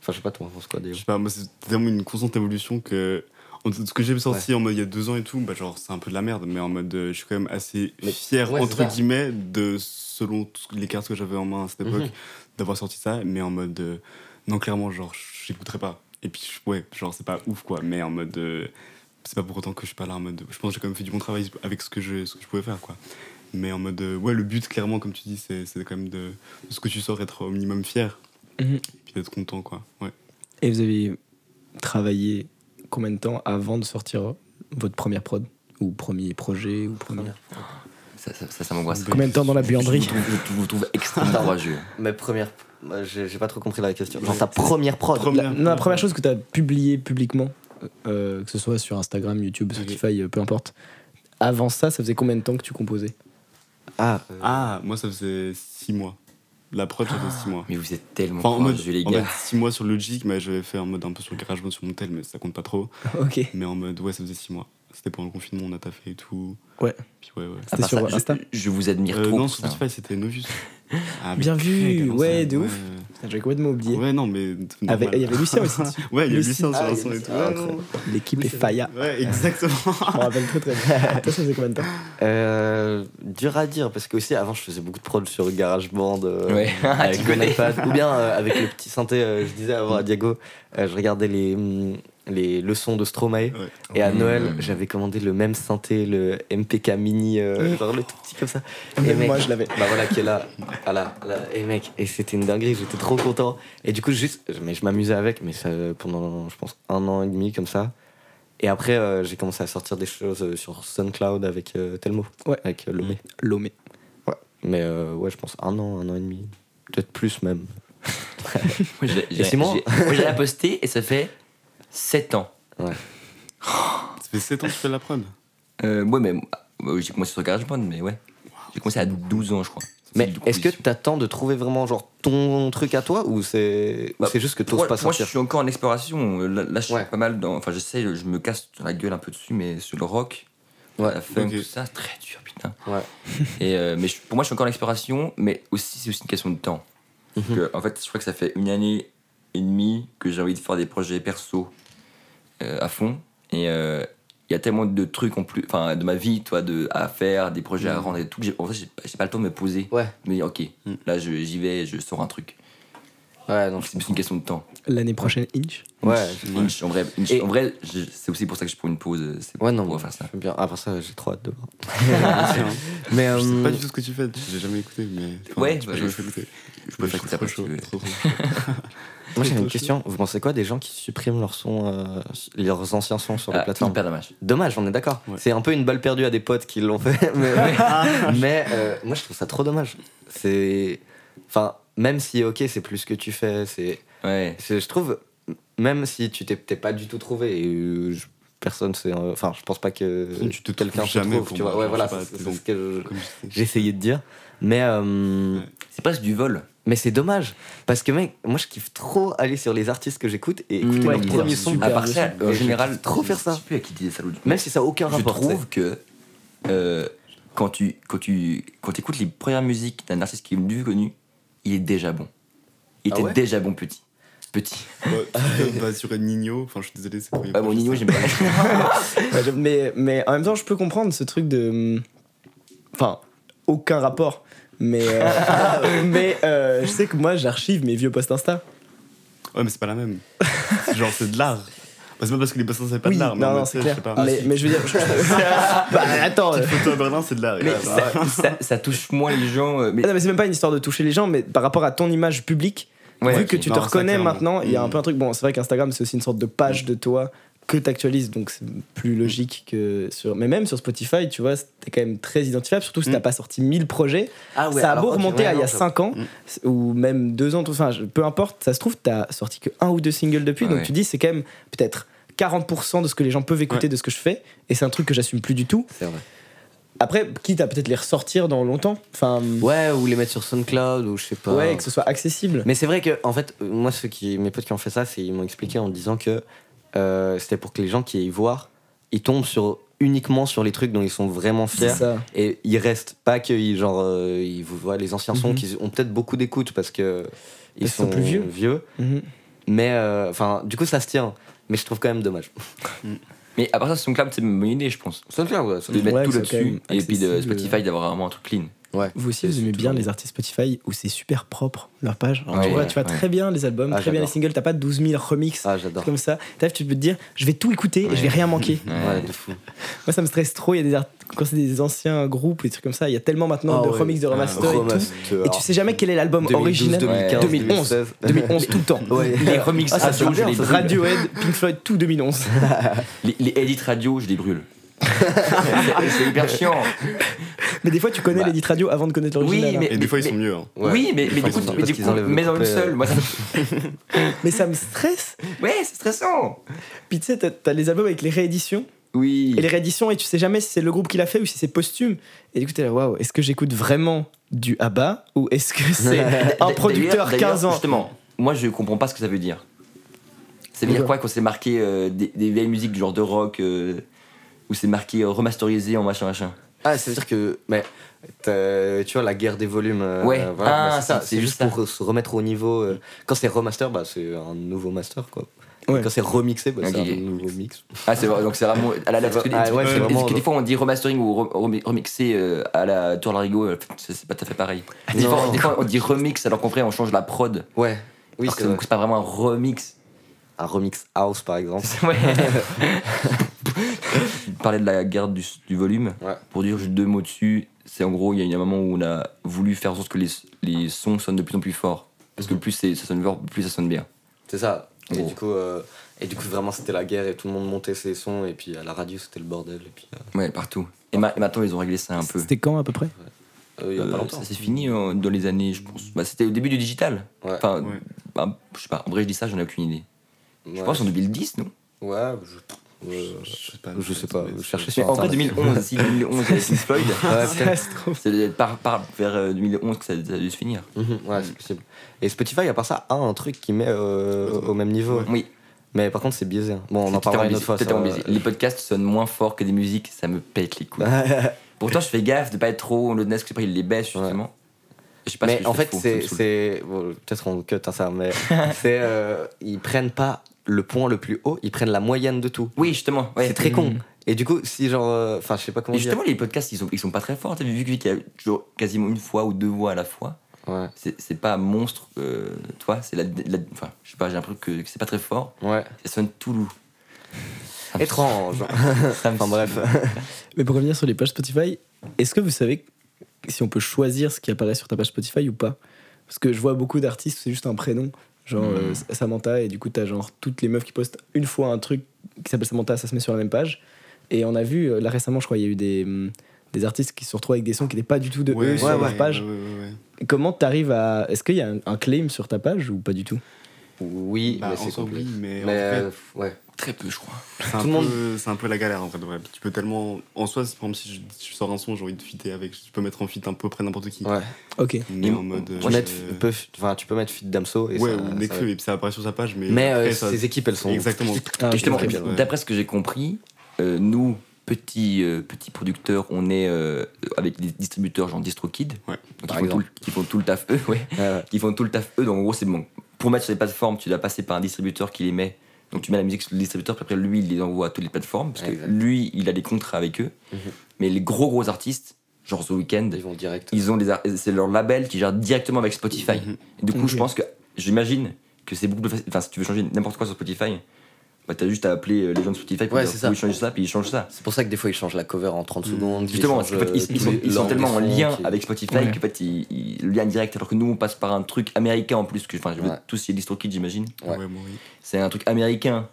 Speaker 7: Enfin, je sais pas, toi, en penses quoi, Déo
Speaker 5: Je sais pas, moi c'est tellement une constante évolution que en tout- ce que j'ai sorti en mode il y a deux ans et tout, bah genre c'est un peu de la merde, mais en mode euh, je suis quand même assez
Speaker 7: Mais-
Speaker 5: fier
Speaker 7: ouais, c'est
Speaker 5: entre
Speaker 7: ça.
Speaker 5: guillemets de selon tout- les cartes que j'avais en main à cette
Speaker 7: Mhm.
Speaker 5: époque d'avoir sorti ça, mais en mode euh, non clairement genre j'écouterai pas. Et puis je- ouais genre c'est pas ouf quoi, mais en mode euh, c'est pas pour autant que je suis pas là en mode je pense que j'ai quand même fait du bon travail avec ce que je ce que je pouvais faire quoi. Mais en mode euh, ouais le but clairement comme tu dis c'est c'est quand même de, de ce que tu sors être au minimum fier
Speaker 4: Mhm.
Speaker 5: et puis d'être content quoi. Ouais.
Speaker 4: Et vous avez travaillé combien de temps avant de sortir votre première prod ou premier projet ou premier...
Speaker 6: Ça, ça, ça, ça m'angoisse.
Speaker 4: Combien de temps dans la buanderie
Speaker 6: Je vous trouve, je vous trouve extrêmement courageux.
Speaker 7: Mais première. moi, J'ai j'ai pas trop compris la question. Genre ta première prod.
Speaker 4: Oh, La, non, la première chose que tu as publiée publiquement, euh, que ce soit sur Instagram, YouTube, Spotify, euh, peu importe, avant ça, ça faisait combien de temps que tu composais
Speaker 7: Ah,
Speaker 5: Ah, moi ça faisait 6 mois. La prod, ça faisait 6 mois.
Speaker 6: Mais vous êtes tellement
Speaker 5: Enfin, en mode,
Speaker 6: courageux, les
Speaker 5: en
Speaker 6: gars.
Speaker 5: 6 mois sur Logic, mais j'avais fait en mode un peu sur GarageBand sur mon tel, mais ça compte pas trop.
Speaker 4: Ok.
Speaker 5: Mais en mode, ouais, ça faisait 6 mois. C'était pendant le confinement, on a taffé et tout.
Speaker 4: Ouais.
Speaker 5: Puis ouais, ouais.
Speaker 6: À
Speaker 4: C'était
Speaker 6: part
Speaker 4: sur
Speaker 6: ça, je-
Speaker 4: Insta
Speaker 6: je, vous admire
Speaker 5: Euh,
Speaker 6: trop.
Speaker 5: non,
Speaker 6: pour
Speaker 5: sur
Speaker 6: ça.
Speaker 5: Spotify, c'était Novus. Ah, mais
Speaker 4: Bien vu,
Speaker 5: Craig,
Speaker 4: ouais,
Speaker 5: ça,
Speaker 4: de ouf. Putain, J'avais complètement oublié.
Speaker 5: Ouais, non, mais.
Speaker 4: Avec-
Speaker 5: normal.
Speaker 4: Il y avait Lucien aussi. dessus.
Speaker 5: Ouais, il y a
Speaker 4: Lucien.
Speaker 5: Lucien sur
Speaker 4: Ah,
Speaker 5: un
Speaker 4: il y a
Speaker 5: son et tout.
Speaker 4: Lucien.
Speaker 5: Ouais,
Speaker 4: Ah,
Speaker 5: non.
Speaker 4: L'équipe est faya.
Speaker 5: Ouais, exactement.
Speaker 4: Je me rappelle très très bien. Toi, ça faisait combien de temps
Speaker 7: euh, dur à dire parce que aussi avant je faisais beaucoup de prods sur GarageBand euh,
Speaker 6: Ouais,
Speaker 7: avec
Speaker 6: tu
Speaker 7: mon
Speaker 6: connais.
Speaker 7: iPad, ou bien euh, avec le petit synthé. euh, je disais avant à Diago, euh, je regardais les hum, les leçons de Stromae
Speaker 5: Ouais.
Speaker 7: et à
Speaker 6: Mmh.
Speaker 7: Noël j'avais commandé le même synthé, le MPK Mini, euh, genre le tout petit comme ça. Et
Speaker 4: Même
Speaker 7: mec,
Speaker 4: Moi, je l'avais.
Speaker 7: Bah voilà, qui est là. Voilà, là. Et mec, et c'était une dinguerie, j'étais trop content. Et du coup, juste, mais je m'amusais avec, mais ça, pendant, je pense, un an et demi comme ça. Et après, euh, j'ai commencé à sortir des choses euh, sur SoundCloud avec euh, Telmo.
Speaker 4: Ouais.
Speaker 7: Avec euh, Lomé.
Speaker 6: Mm.
Speaker 4: Lomé.
Speaker 7: Mais euh, ouais, je pense un an, un an et demi. Peut-être plus même.
Speaker 6: Moi, j'ai- j'ai-
Speaker 7: Simon
Speaker 6: j'ai- moi, j'ai la posté et ça fait 7 ans.
Speaker 7: Ouais.
Speaker 5: fait 7 ans que tu fais de la prod.
Speaker 6: Euh, ouais, mais euh, j'ai commencé sur GarageBand, mais ouais. J'ai commencé à 12 ans, je crois.
Speaker 7: Mais
Speaker 6: C'est du coup,
Speaker 7: est-ce que
Speaker 6: oui.
Speaker 7: t'attends de trouver vraiment genre ton truc à toi ou c'est ou
Speaker 6: Bah,
Speaker 7: c'est juste que
Speaker 6: Pour-
Speaker 7: t'oses pas
Speaker 6: pour moi, je
Speaker 7: sortir
Speaker 6: suis encore en exploration. Euh, Là, là, je suis
Speaker 7: Ouais.
Speaker 6: pas mal dans. Enfin, j'essaie, je me casse la gueule un peu dessus, mais sur le rock,
Speaker 7: Ouais,
Speaker 6: la funk,
Speaker 5: ok.
Speaker 6: tout ça, c'est très dur, putain.
Speaker 7: Ouais.
Speaker 6: Et, euh, mais je- pour moi, je suis encore en exploration, mais aussi, c'est aussi une question de temps.
Speaker 7: Mhm.
Speaker 6: Donc, euh, en fait, je crois que ça fait une année et demie que j'ai envie de faire des projets perso euh, à fond. Et euh, il y a tellement de trucs en plus, enfin, de ma vie, toi, de, à faire, des projets
Speaker 7: Mhm.
Speaker 6: à rendre et tout, que j'ai- en fait, j'ai pas- j'ai pas le temps de me poser.
Speaker 7: Ouais.
Speaker 6: Mais ok,
Speaker 5: Mm.
Speaker 6: là, je- j'y vais, je sors un truc.
Speaker 7: Mhm. Ouais, non,
Speaker 6: Donc, c'est une question de temps.
Speaker 4: L'année prochaine, Inch.
Speaker 7: ouais,
Speaker 6: Inch, en vrai, Inch,
Speaker 7: Et-
Speaker 6: en vrai, je- c'est aussi pour ça que je prends une pause. euh, C'est
Speaker 7: ouais, non,
Speaker 6: pour
Speaker 7: mais
Speaker 6: faire ça.
Speaker 7: j'aime bien. Après ça, j'ai trop hâte de voir.
Speaker 4: Ah,
Speaker 5: Mais
Speaker 7: Mais,
Speaker 5: hein. je sais
Speaker 4: hum.
Speaker 7: euh,
Speaker 5: pas du tout ce que tu fais, j'ai jamais écouté, mais. enfin,
Speaker 6: Ouais,
Speaker 5: tu
Speaker 6: bah,
Speaker 5: peux jamais
Speaker 6: je-
Speaker 5: fait écouter.
Speaker 6: Je peux faire
Speaker 5: suis
Speaker 6: ça
Speaker 5: trop
Speaker 6: parce
Speaker 5: chaud,
Speaker 6: que
Speaker 5: trop, trop chaud.
Speaker 7: Moi j'avais une
Speaker 5: Autre
Speaker 7: question. Vous pensez quoi des gens qui suppriment leurs sons, euh, leurs anciens sons sur les
Speaker 6: ah,
Speaker 7: plateformes
Speaker 6: hyper dommage.
Speaker 7: Dommage, on est d'accord.
Speaker 5: Ouais. Ah.
Speaker 7: C'est un peu une balle perdue à des potes qui l'ont fait. Mais, mais, euh, moi, je trouve ça trop dommage. C'est. Enfin, même si, ok, c'est plus ce que tu fais, c'est.
Speaker 6: Ouais.
Speaker 7: c'est- Je trouve, même si tu t'es t'es pas du tout trouvé, et euh, je- personne c'est. euh, Enfin, je pense pas que.
Speaker 5: Sinon, tu te
Speaker 7: Quelqu'un
Speaker 5: trouves
Speaker 7: se
Speaker 5: jamais
Speaker 7: trouve,
Speaker 5: pour
Speaker 7: tu
Speaker 5: moi,
Speaker 7: vois. Ouais,
Speaker 5: genre, je
Speaker 7: voilà,
Speaker 5: sais
Speaker 7: c'est
Speaker 5: pas,
Speaker 7: c'est
Speaker 5: t'es
Speaker 7: ce que je-
Speaker 5: Comme je sais.
Speaker 7: j'essayais de dire. Mais. euh,
Speaker 5: Ouais.
Speaker 6: C'est presque du vol.
Speaker 7: mais c'est dommage parce que mec, moi je kiffe trop aller sur les artistes que j'écoute et écouter
Speaker 4: Ouais,
Speaker 7: leur
Speaker 4: ils
Speaker 7: premier
Speaker 4: sont
Speaker 7: son.
Speaker 4: super
Speaker 6: À part ça, en
Speaker 7: Et je
Speaker 6: général,
Speaker 7: kiffe trop faire ça.
Speaker 6: Je sais plus à qui disait ça l'autre jour.
Speaker 7: Même si ça a aucun
Speaker 6: je
Speaker 7: rapport. tu sais.
Speaker 6: trouve que euh, quand tu quand tu quand écoutes les premières musiques d'un artiste qui est plus connu, il est déjà bon. Il
Speaker 7: Ah
Speaker 6: était
Speaker 7: ouais
Speaker 6: déjà bon petit. Petit.
Speaker 5: Ouais, tu peux pas sur un Nino, enfin je suis désolé, c'est pour
Speaker 6: Ah bon, Nino, j'aime pas.
Speaker 4: Ouais, je- mais, mais en même temps, je peux comprendre ce truc de. mm, Enfin, aucun rapport. Mais, euh, mais euh, je sais que moi, j'archive mes vieux posts Insta.
Speaker 5: Ouais, mais c'est pas la même. C'est genre, c'est de l'art. Bah, c'est pas parce que les passants, c'est pas
Speaker 4: oui,
Speaker 5: de l'art, mais
Speaker 4: non,
Speaker 5: en
Speaker 4: non,
Speaker 5: mode,
Speaker 4: c'est
Speaker 5: tu sais,
Speaker 4: clair.
Speaker 5: je sais pas.
Speaker 7: Ah,
Speaker 4: mais, mais je veux dire. je- bah, attends. euh,
Speaker 5: Photo à Berlin, c'est de l'art.
Speaker 7: Ah,
Speaker 6: Mais
Speaker 5: Ouais, bah,
Speaker 6: ça, ça- ça touche moins les gens. euh, mais-
Speaker 4: Ah non, mais c'est même pas une histoire de toucher les gens, mais par rapport à ton image publique,
Speaker 6: Ouais,
Speaker 4: vu
Speaker 6: ok.
Speaker 4: que tu
Speaker 5: Non,
Speaker 4: te
Speaker 5: ça,
Speaker 4: reconnais
Speaker 5: clairement.
Speaker 4: maintenant, il y a un
Speaker 5: Mm.
Speaker 4: peu un truc. Bon, c'est vrai qu'Instagram, c'est aussi une sorte de page de toi que t'actualises, donc c'est plus logique que sur. Mais même sur Spotify, tu vois, t'es quand même très identifiable, surtout si
Speaker 5: Mm.
Speaker 4: t'as pas sorti 1000 projets.
Speaker 7: Ah ouais,
Speaker 4: ça a
Speaker 7: alors,
Speaker 4: beau
Speaker 7: ok,
Speaker 4: remonter
Speaker 7: ouais,
Speaker 4: à il y
Speaker 7: non,
Speaker 4: a
Speaker 7: ça-
Speaker 4: 5 ans,
Speaker 5: Mm.
Speaker 4: ou même 2 ans, tout, enfin, je- peu importe, ça se trouve, t'as sorti que un ou deux singles depuis,
Speaker 6: Ah
Speaker 4: donc
Speaker 6: ouais.
Speaker 4: tu dis, c'est quand même peut-être 40% de ce que les gens peuvent écouter de ce que je fais, et c'est un truc que j'assume plus du tout.
Speaker 7: C'est vrai.
Speaker 4: Après, quitte à peut-être les ressortir dans longtemps, enfin,
Speaker 7: Ouais, ou les mettre sur SoundCloud ou je sais pas.
Speaker 4: ouais, que ce soit accessible.
Speaker 7: Mais c'est vrai que, en fait, euh, moi, ceux qui, mes potes qui ont fait ça, c'est, ils m'ont expliqué en disant que euh, c'était pour que les gens qui aillent voir, ils tombent sur, uniquement sur les trucs dont ils sont vraiment
Speaker 4: c'est
Speaker 7: fiers.
Speaker 4: ça.
Speaker 7: Et ils restent pas que ils, genre, euh, ils vous voient les anciens sons
Speaker 4: Mhm.
Speaker 7: qui ont peut-être beaucoup d'écoute parce que ils
Speaker 4: qu'ils
Speaker 7: sont,
Speaker 4: sont plus vieux. Mhm.
Speaker 7: Mais euh, enfin, du coup, ça se tient. Mais je trouve quand même dommage.
Speaker 6: Mais à part ça, SoundCloud, c'est une bonne idée, je pense.
Speaker 7: SoundCloud, ouais.
Speaker 6: De mettre
Speaker 4: Ouais,
Speaker 6: tout
Speaker 4: c'est quand
Speaker 6: là-dessus
Speaker 4: même
Speaker 6: et puis de
Speaker 4: accessible.
Speaker 6: Spotify d'avoir vraiment un truc clean.
Speaker 4: Vous aussi,
Speaker 7: Et
Speaker 4: vous aimez
Speaker 7: c'est
Speaker 4: bien
Speaker 7: toujours
Speaker 4: les artistes Spotify où c'est super propre leur page. Alors, tu
Speaker 6: Ouais,
Speaker 4: vois,
Speaker 6: ouais,
Speaker 4: tu vois
Speaker 6: ouais.
Speaker 4: très bien les albums,
Speaker 7: Ah,
Speaker 4: très bien les
Speaker 7: j'adore.
Speaker 4: singles, t'as pas 12 000 remixes
Speaker 7: Ah, j'adore.
Speaker 4: comme ça. T'as- tu peux te dire, je vais tout écouter et je vais
Speaker 6: Ouais.
Speaker 4: rien manquer.
Speaker 7: Ouais, de fou.
Speaker 4: Moi, ça me stresse trop. Il y a des art- quand c'est des anciens groupes, des trucs comme ça, il y a tellement maintenant
Speaker 7: Ah
Speaker 4: de
Speaker 7: ouais.
Speaker 4: remix, de
Speaker 5: Ah,
Speaker 4: remaster et tout. Et tu sais jamais quel est l'album
Speaker 7: 2012,
Speaker 4: original.
Speaker 7: 2015,
Speaker 4: 2011, 2011 tout le temps.
Speaker 7: Ouais.
Speaker 4: Les remix
Speaker 7: Ah, ça,
Speaker 4: radio,
Speaker 7: c'est bien,
Speaker 4: je les
Speaker 7: ça, c'est
Speaker 4: Radiohead, Pink Floyd, tout 2011.
Speaker 6: Les, les edits radio, je les brûle. c'est c'est hyper chiant.
Speaker 4: Mais des fois, tu connais
Speaker 6: Bah.
Speaker 4: l'édit radio avant de connaître l'original.
Speaker 6: Oui,
Speaker 4: hein.
Speaker 6: mais-
Speaker 5: Et des fois, ils sont mieux. hein.
Speaker 7: Ouais.
Speaker 6: oui, mais, mais
Speaker 7: fois,
Speaker 6: du coup,
Speaker 7: ils sont
Speaker 6: mais
Speaker 7: parce
Speaker 6: du
Speaker 7: qu'ils
Speaker 6: coup,
Speaker 7: enlèvent le
Speaker 6: mais dans une
Speaker 7: couplet, euh.
Speaker 6: seule. moi, ça-
Speaker 4: mais ça me stresse.
Speaker 6: ouais, c'est stressant.
Speaker 4: Puis tu sais, t'as- t'as les albums avec les rééditions.
Speaker 6: Oui.
Speaker 4: et les rééditions et tu sais jamais si c'est le groupe qui l'a fait ou si c'est posthume et du coup t'es là waouh est-ce que j'écoute vraiment du ABBA ou est-ce que c'est un
Speaker 6: D'ailleurs-
Speaker 4: producteur
Speaker 6: d'ailleurs,
Speaker 4: 15 ans
Speaker 6: Justement, moi, je comprends pas ce que ça veut dire. Ça veut dire
Speaker 4: Pourquoi
Speaker 6: quoi quand c'est marqué euh, des, des vieilles musiques genre de rock euh, où c'est marqué euh, remasterisé en machin machin.
Speaker 7: Ah, c'est-à-dire que. Mais, t'as- tu vois, la guerre des volumes. euh,
Speaker 6: Ouais.
Speaker 7: voilà,
Speaker 6: Ah,
Speaker 7: mais c'est ça. C'est juste
Speaker 6: ça.
Speaker 7: pour se remettre au niveau. euh, quand c'est remaster, bah, c'est un nouveau master, quoi.
Speaker 4: Ouais.
Speaker 7: Quand c'est remixé, bah,
Speaker 6: Ok.
Speaker 7: c'est un nouveau mix.
Speaker 6: Ah c'est vrai, donc c'est vraiment à la
Speaker 7: C'est
Speaker 6: parce que,
Speaker 7: vrai- ah, ouais,
Speaker 6: parce
Speaker 7: c'est
Speaker 6: que-
Speaker 7: vraiment-
Speaker 6: parce que des fois on dit remastering ou re- remi- remixer euh, à la Tour Larigot, euh, c'est c'est pas tout à fait pareil. Des
Speaker 7: Ah, Non.
Speaker 6: fois, des fois, on dit remix alors qu'en vrai on change la prod.
Speaker 7: Ouais. Oui,
Speaker 6: alors que
Speaker 7: c'est
Speaker 6: donc
Speaker 7: vrai.
Speaker 6: c'est pas vraiment un remix.
Speaker 7: Un remix house, par exemple.
Speaker 6: Ouais. Parler de la garde du, du volume,
Speaker 7: Ouais.
Speaker 6: pour dire juste deux mots dessus, c'est en gros, il y a eu un moment où on a voulu faire en sorte que les, les sons sonnent de plus en plus fort. Parce que
Speaker 7: Mhm.
Speaker 6: plus c'est- ça sonne fort, plus ça sonne bien.
Speaker 7: C'est ça. Et
Speaker 6: Gros.
Speaker 7: du coup. euh, et du coup, vraiment, c'était la guerre et tout le monde montait ses sons. Et puis à la radio, c'était le bordel. Et puis, euh,
Speaker 6: Ouais, partout. Et, ma- et maintenant, ils ont réglé ça un peu.
Speaker 4: c'était quand à peu près
Speaker 7: euh, il y a pas
Speaker 6: Euh,
Speaker 7: longtemps.
Speaker 6: ça s'est fini euh, dans les années, je pense. Bah, c'était au début du digital.
Speaker 7: Ouais.
Speaker 6: Enfin,
Speaker 5: Ouais.
Speaker 6: bah, je sais pas. En vrai, je dis ça, j'en ai aucune idée. Je
Speaker 7: Ouais.
Speaker 6: pense en 2010, non
Speaker 7: Ouais, je-
Speaker 5: sais pas.
Speaker 7: Je sais pas,
Speaker 5: Mais-
Speaker 7: je cherchais
Speaker 6: Mais
Speaker 7: sur
Speaker 6: en vrai,
Speaker 7: Internet.
Speaker 6: 2011, si 2011 il y avait Pink Floyd,
Speaker 7: Ouais,
Speaker 4: Ça se trouve.
Speaker 6: Ah, c'est peut-être par, par- vers euh, 2011 que ça, ça a dû se finir.
Speaker 7: Mhm, ouais, c'est
Speaker 5: Mm.
Speaker 7: possible. Et Spotify, à part ça, a un truc qui met euh, au même niveau.
Speaker 6: Oui,
Speaker 7: Mais par contre, c'est biaisé. hein. Bon, on
Speaker 6: c'est
Speaker 7: en parlera une
Speaker 6: totalement
Speaker 7: autre fois.
Speaker 6: biaisé, totalement
Speaker 7: ça.
Speaker 6: biaisé. Les podcasts sonnent moins fort que des musiques, ça me pète les couilles. Pourtant, je fais gaffe de pas être trop le Nas, que il les baisse justement. Je sais pas ce
Speaker 7: mais
Speaker 6: que
Speaker 7: en
Speaker 6: je
Speaker 7: fait,
Speaker 6: fous,
Speaker 7: c'est.
Speaker 6: ça me saoule.
Speaker 7: c'est- bon, Peut-être on cut hein, ça, mais c'est. euh, ils prennent pas le point le plus haut, ils prennent la moyenne de tout.
Speaker 6: Oui, justement. ouais.
Speaker 7: C'est très
Speaker 5: Mm.
Speaker 7: con. Et du coup, si genre. euh, Enfin, je sais pas
Speaker 6: Et
Speaker 7: comment dire.
Speaker 6: justement, les podcasts, ils sont, ils sont pas très forts. hein. T'as vu, vu qu'il y a toujours quasiment une fois ou deux voix à la fois.
Speaker 7: Ouais.
Speaker 6: C'est c'est pas monstre, euh, toi. C'est la, la- Enfin, je sais pas, j'ai l'impression que, que c'est pas très fort.
Speaker 7: Ouais.
Speaker 6: Ça sonne tout loup. Ça me
Speaker 7: Étrange. hein.
Speaker 6: saoule, ça me
Speaker 7: enfin,
Speaker 6: saoule.
Speaker 7: bref.
Speaker 4: Mais pour revenir sur les pages Spotify, est-ce que vous savez si on peut choisir ce qui apparaît sur ta page Spotify ou pas Parce que je vois beaucoup d'artistes, c'est juste un prénom, genre
Speaker 6: Mm.
Speaker 4: euh, Samantha, et du coup, t'as genre toutes les meufs qui postent une fois un truc qui s'appelle Samantha, ça se met sur la même page. Et on a vu, euh, là récemment, je crois, il y a eu des, hum, des artistes qui se sont retrouvés avec des sons qui n'étaient pas du tout de eux sur leur page.
Speaker 5: ouais, ouais, ouais.
Speaker 4: Comment t'arrives à. Est-ce qu'il y a un, un claim sur ta page ou pas du tout
Speaker 7: Oui,
Speaker 5: Bah,
Speaker 7: mais
Speaker 5: en
Speaker 7: c'est
Speaker 5: soi, oui,
Speaker 7: compliqué.
Speaker 5: mais, en
Speaker 7: Mais
Speaker 5: fait,
Speaker 7: euh, ouais.
Speaker 6: Très peu, je crois.
Speaker 5: c'est un,
Speaker 7: tout le monde-
Speaker 5: peu- c'est un peu la galère en fait. de vrai. Tu peux tellement. En soi, c'est- par exemple, si je, si je sors un son, j'ai envie de fitter avec. Je peux mettre en fit un peu près n'importe qui.
Speaker 7: Ouais.
Speaker 4: Ok.
Speaker 5: Mais
Speaker 6: Et
Speaker 5: en
Speaker 6: moi,
Speaker 5: mode.
Speaker 7: Tu,
Speaker 5: euh,
Speaker 7: mets- tu peux, enfin, tu peux mettre Fit Damso et
Speaker 5: Ouais,
Speaker 7: ça-
Speaker 5: ou
Speaker 7: ça
Speaker 5: m'écrire, et puis ça apparaît sur sa page. Mais,
Speaker 7: Mais euh,
Speaker 5: après, ça-
Speaker 7: ces équipes, elles sont.
Speaker 5: Exactement.
Speaker 4: Ah, ok,
Speaker 6: Justement,
Speaker 4: ok.
Speaker 5: bien, ouais.
Speaker 6: d'après ce que j'ai compris, euh, nous, petits, euh, petits producteurs, on est euh, avec des distributeurs genre DistroKid,
Speaker 5: Ouais,
Speaker 6: donc
Speaker 7: par
Speaker 6: ils, font tout,
Speaker 7: exemple.
Speaker 6: le- ils font tout le taf eux, ouais.
Speaker 7: Ouais, Ah ouais.
Speaker 6: Ils font tout le taf eux, donc en gros, c'est bon. Pour mettre sur les plateformes, tu dois passer par un distributeur qui les met. Donc tu mets la musique sur le distributeur, puis après lui, il les envoie à toutes les plateformes, parce que
Speaker 7: Exact.
Speaker 6: lui, il a des contrats avec eux.
Speaker 7: Mhm.
Speaker 6: Mais les gros gros artistes, genre The Weeknd,
Speaker 7: Ils vont direct.
Speaker 6: ils ont des ar- c'est leur label qui gère directement avec Spotify.
Speaker 7: Mhm.
Speaker 6: Et du coup, je
Speaker 4: Ok.
Speaker 6: pense que j'imagine que c'est beaucoup plus facile. Enfin, si tu veux changer n'importe quoi sur Spotify, bah t'as juste à appeler euh, les gens de Spotify pour
Speaker 7: Ouais,
Speaker 6: dire
Speaker 7: c'est ça.
Speaker 6: oui, changer ça, puis ils changent ça.
Speaker 7: C'est pour ça que des fois ils changent la cover en 30 secondes.
Speaker 6: Mm.
Speaker 7: euh,
Speaker 6: Justement, parce qu'en fait, ils, euh, ils sont, ils sont tellement en lien avec Spotify
Speaker 4: Ouais.
Speaker 6: qu'en fait, ils, ils- le lien direct, alors que nous, on passe par un truc américain en plus, que enfin, je veux
Speaker 7: Ouais.
Speaker 6: tous ces DistroKid, j'imagine.
Speaker 7: Ouais.
Speaker 5: Ouais, bon, oui.
Speaker 6: C'est un truc américain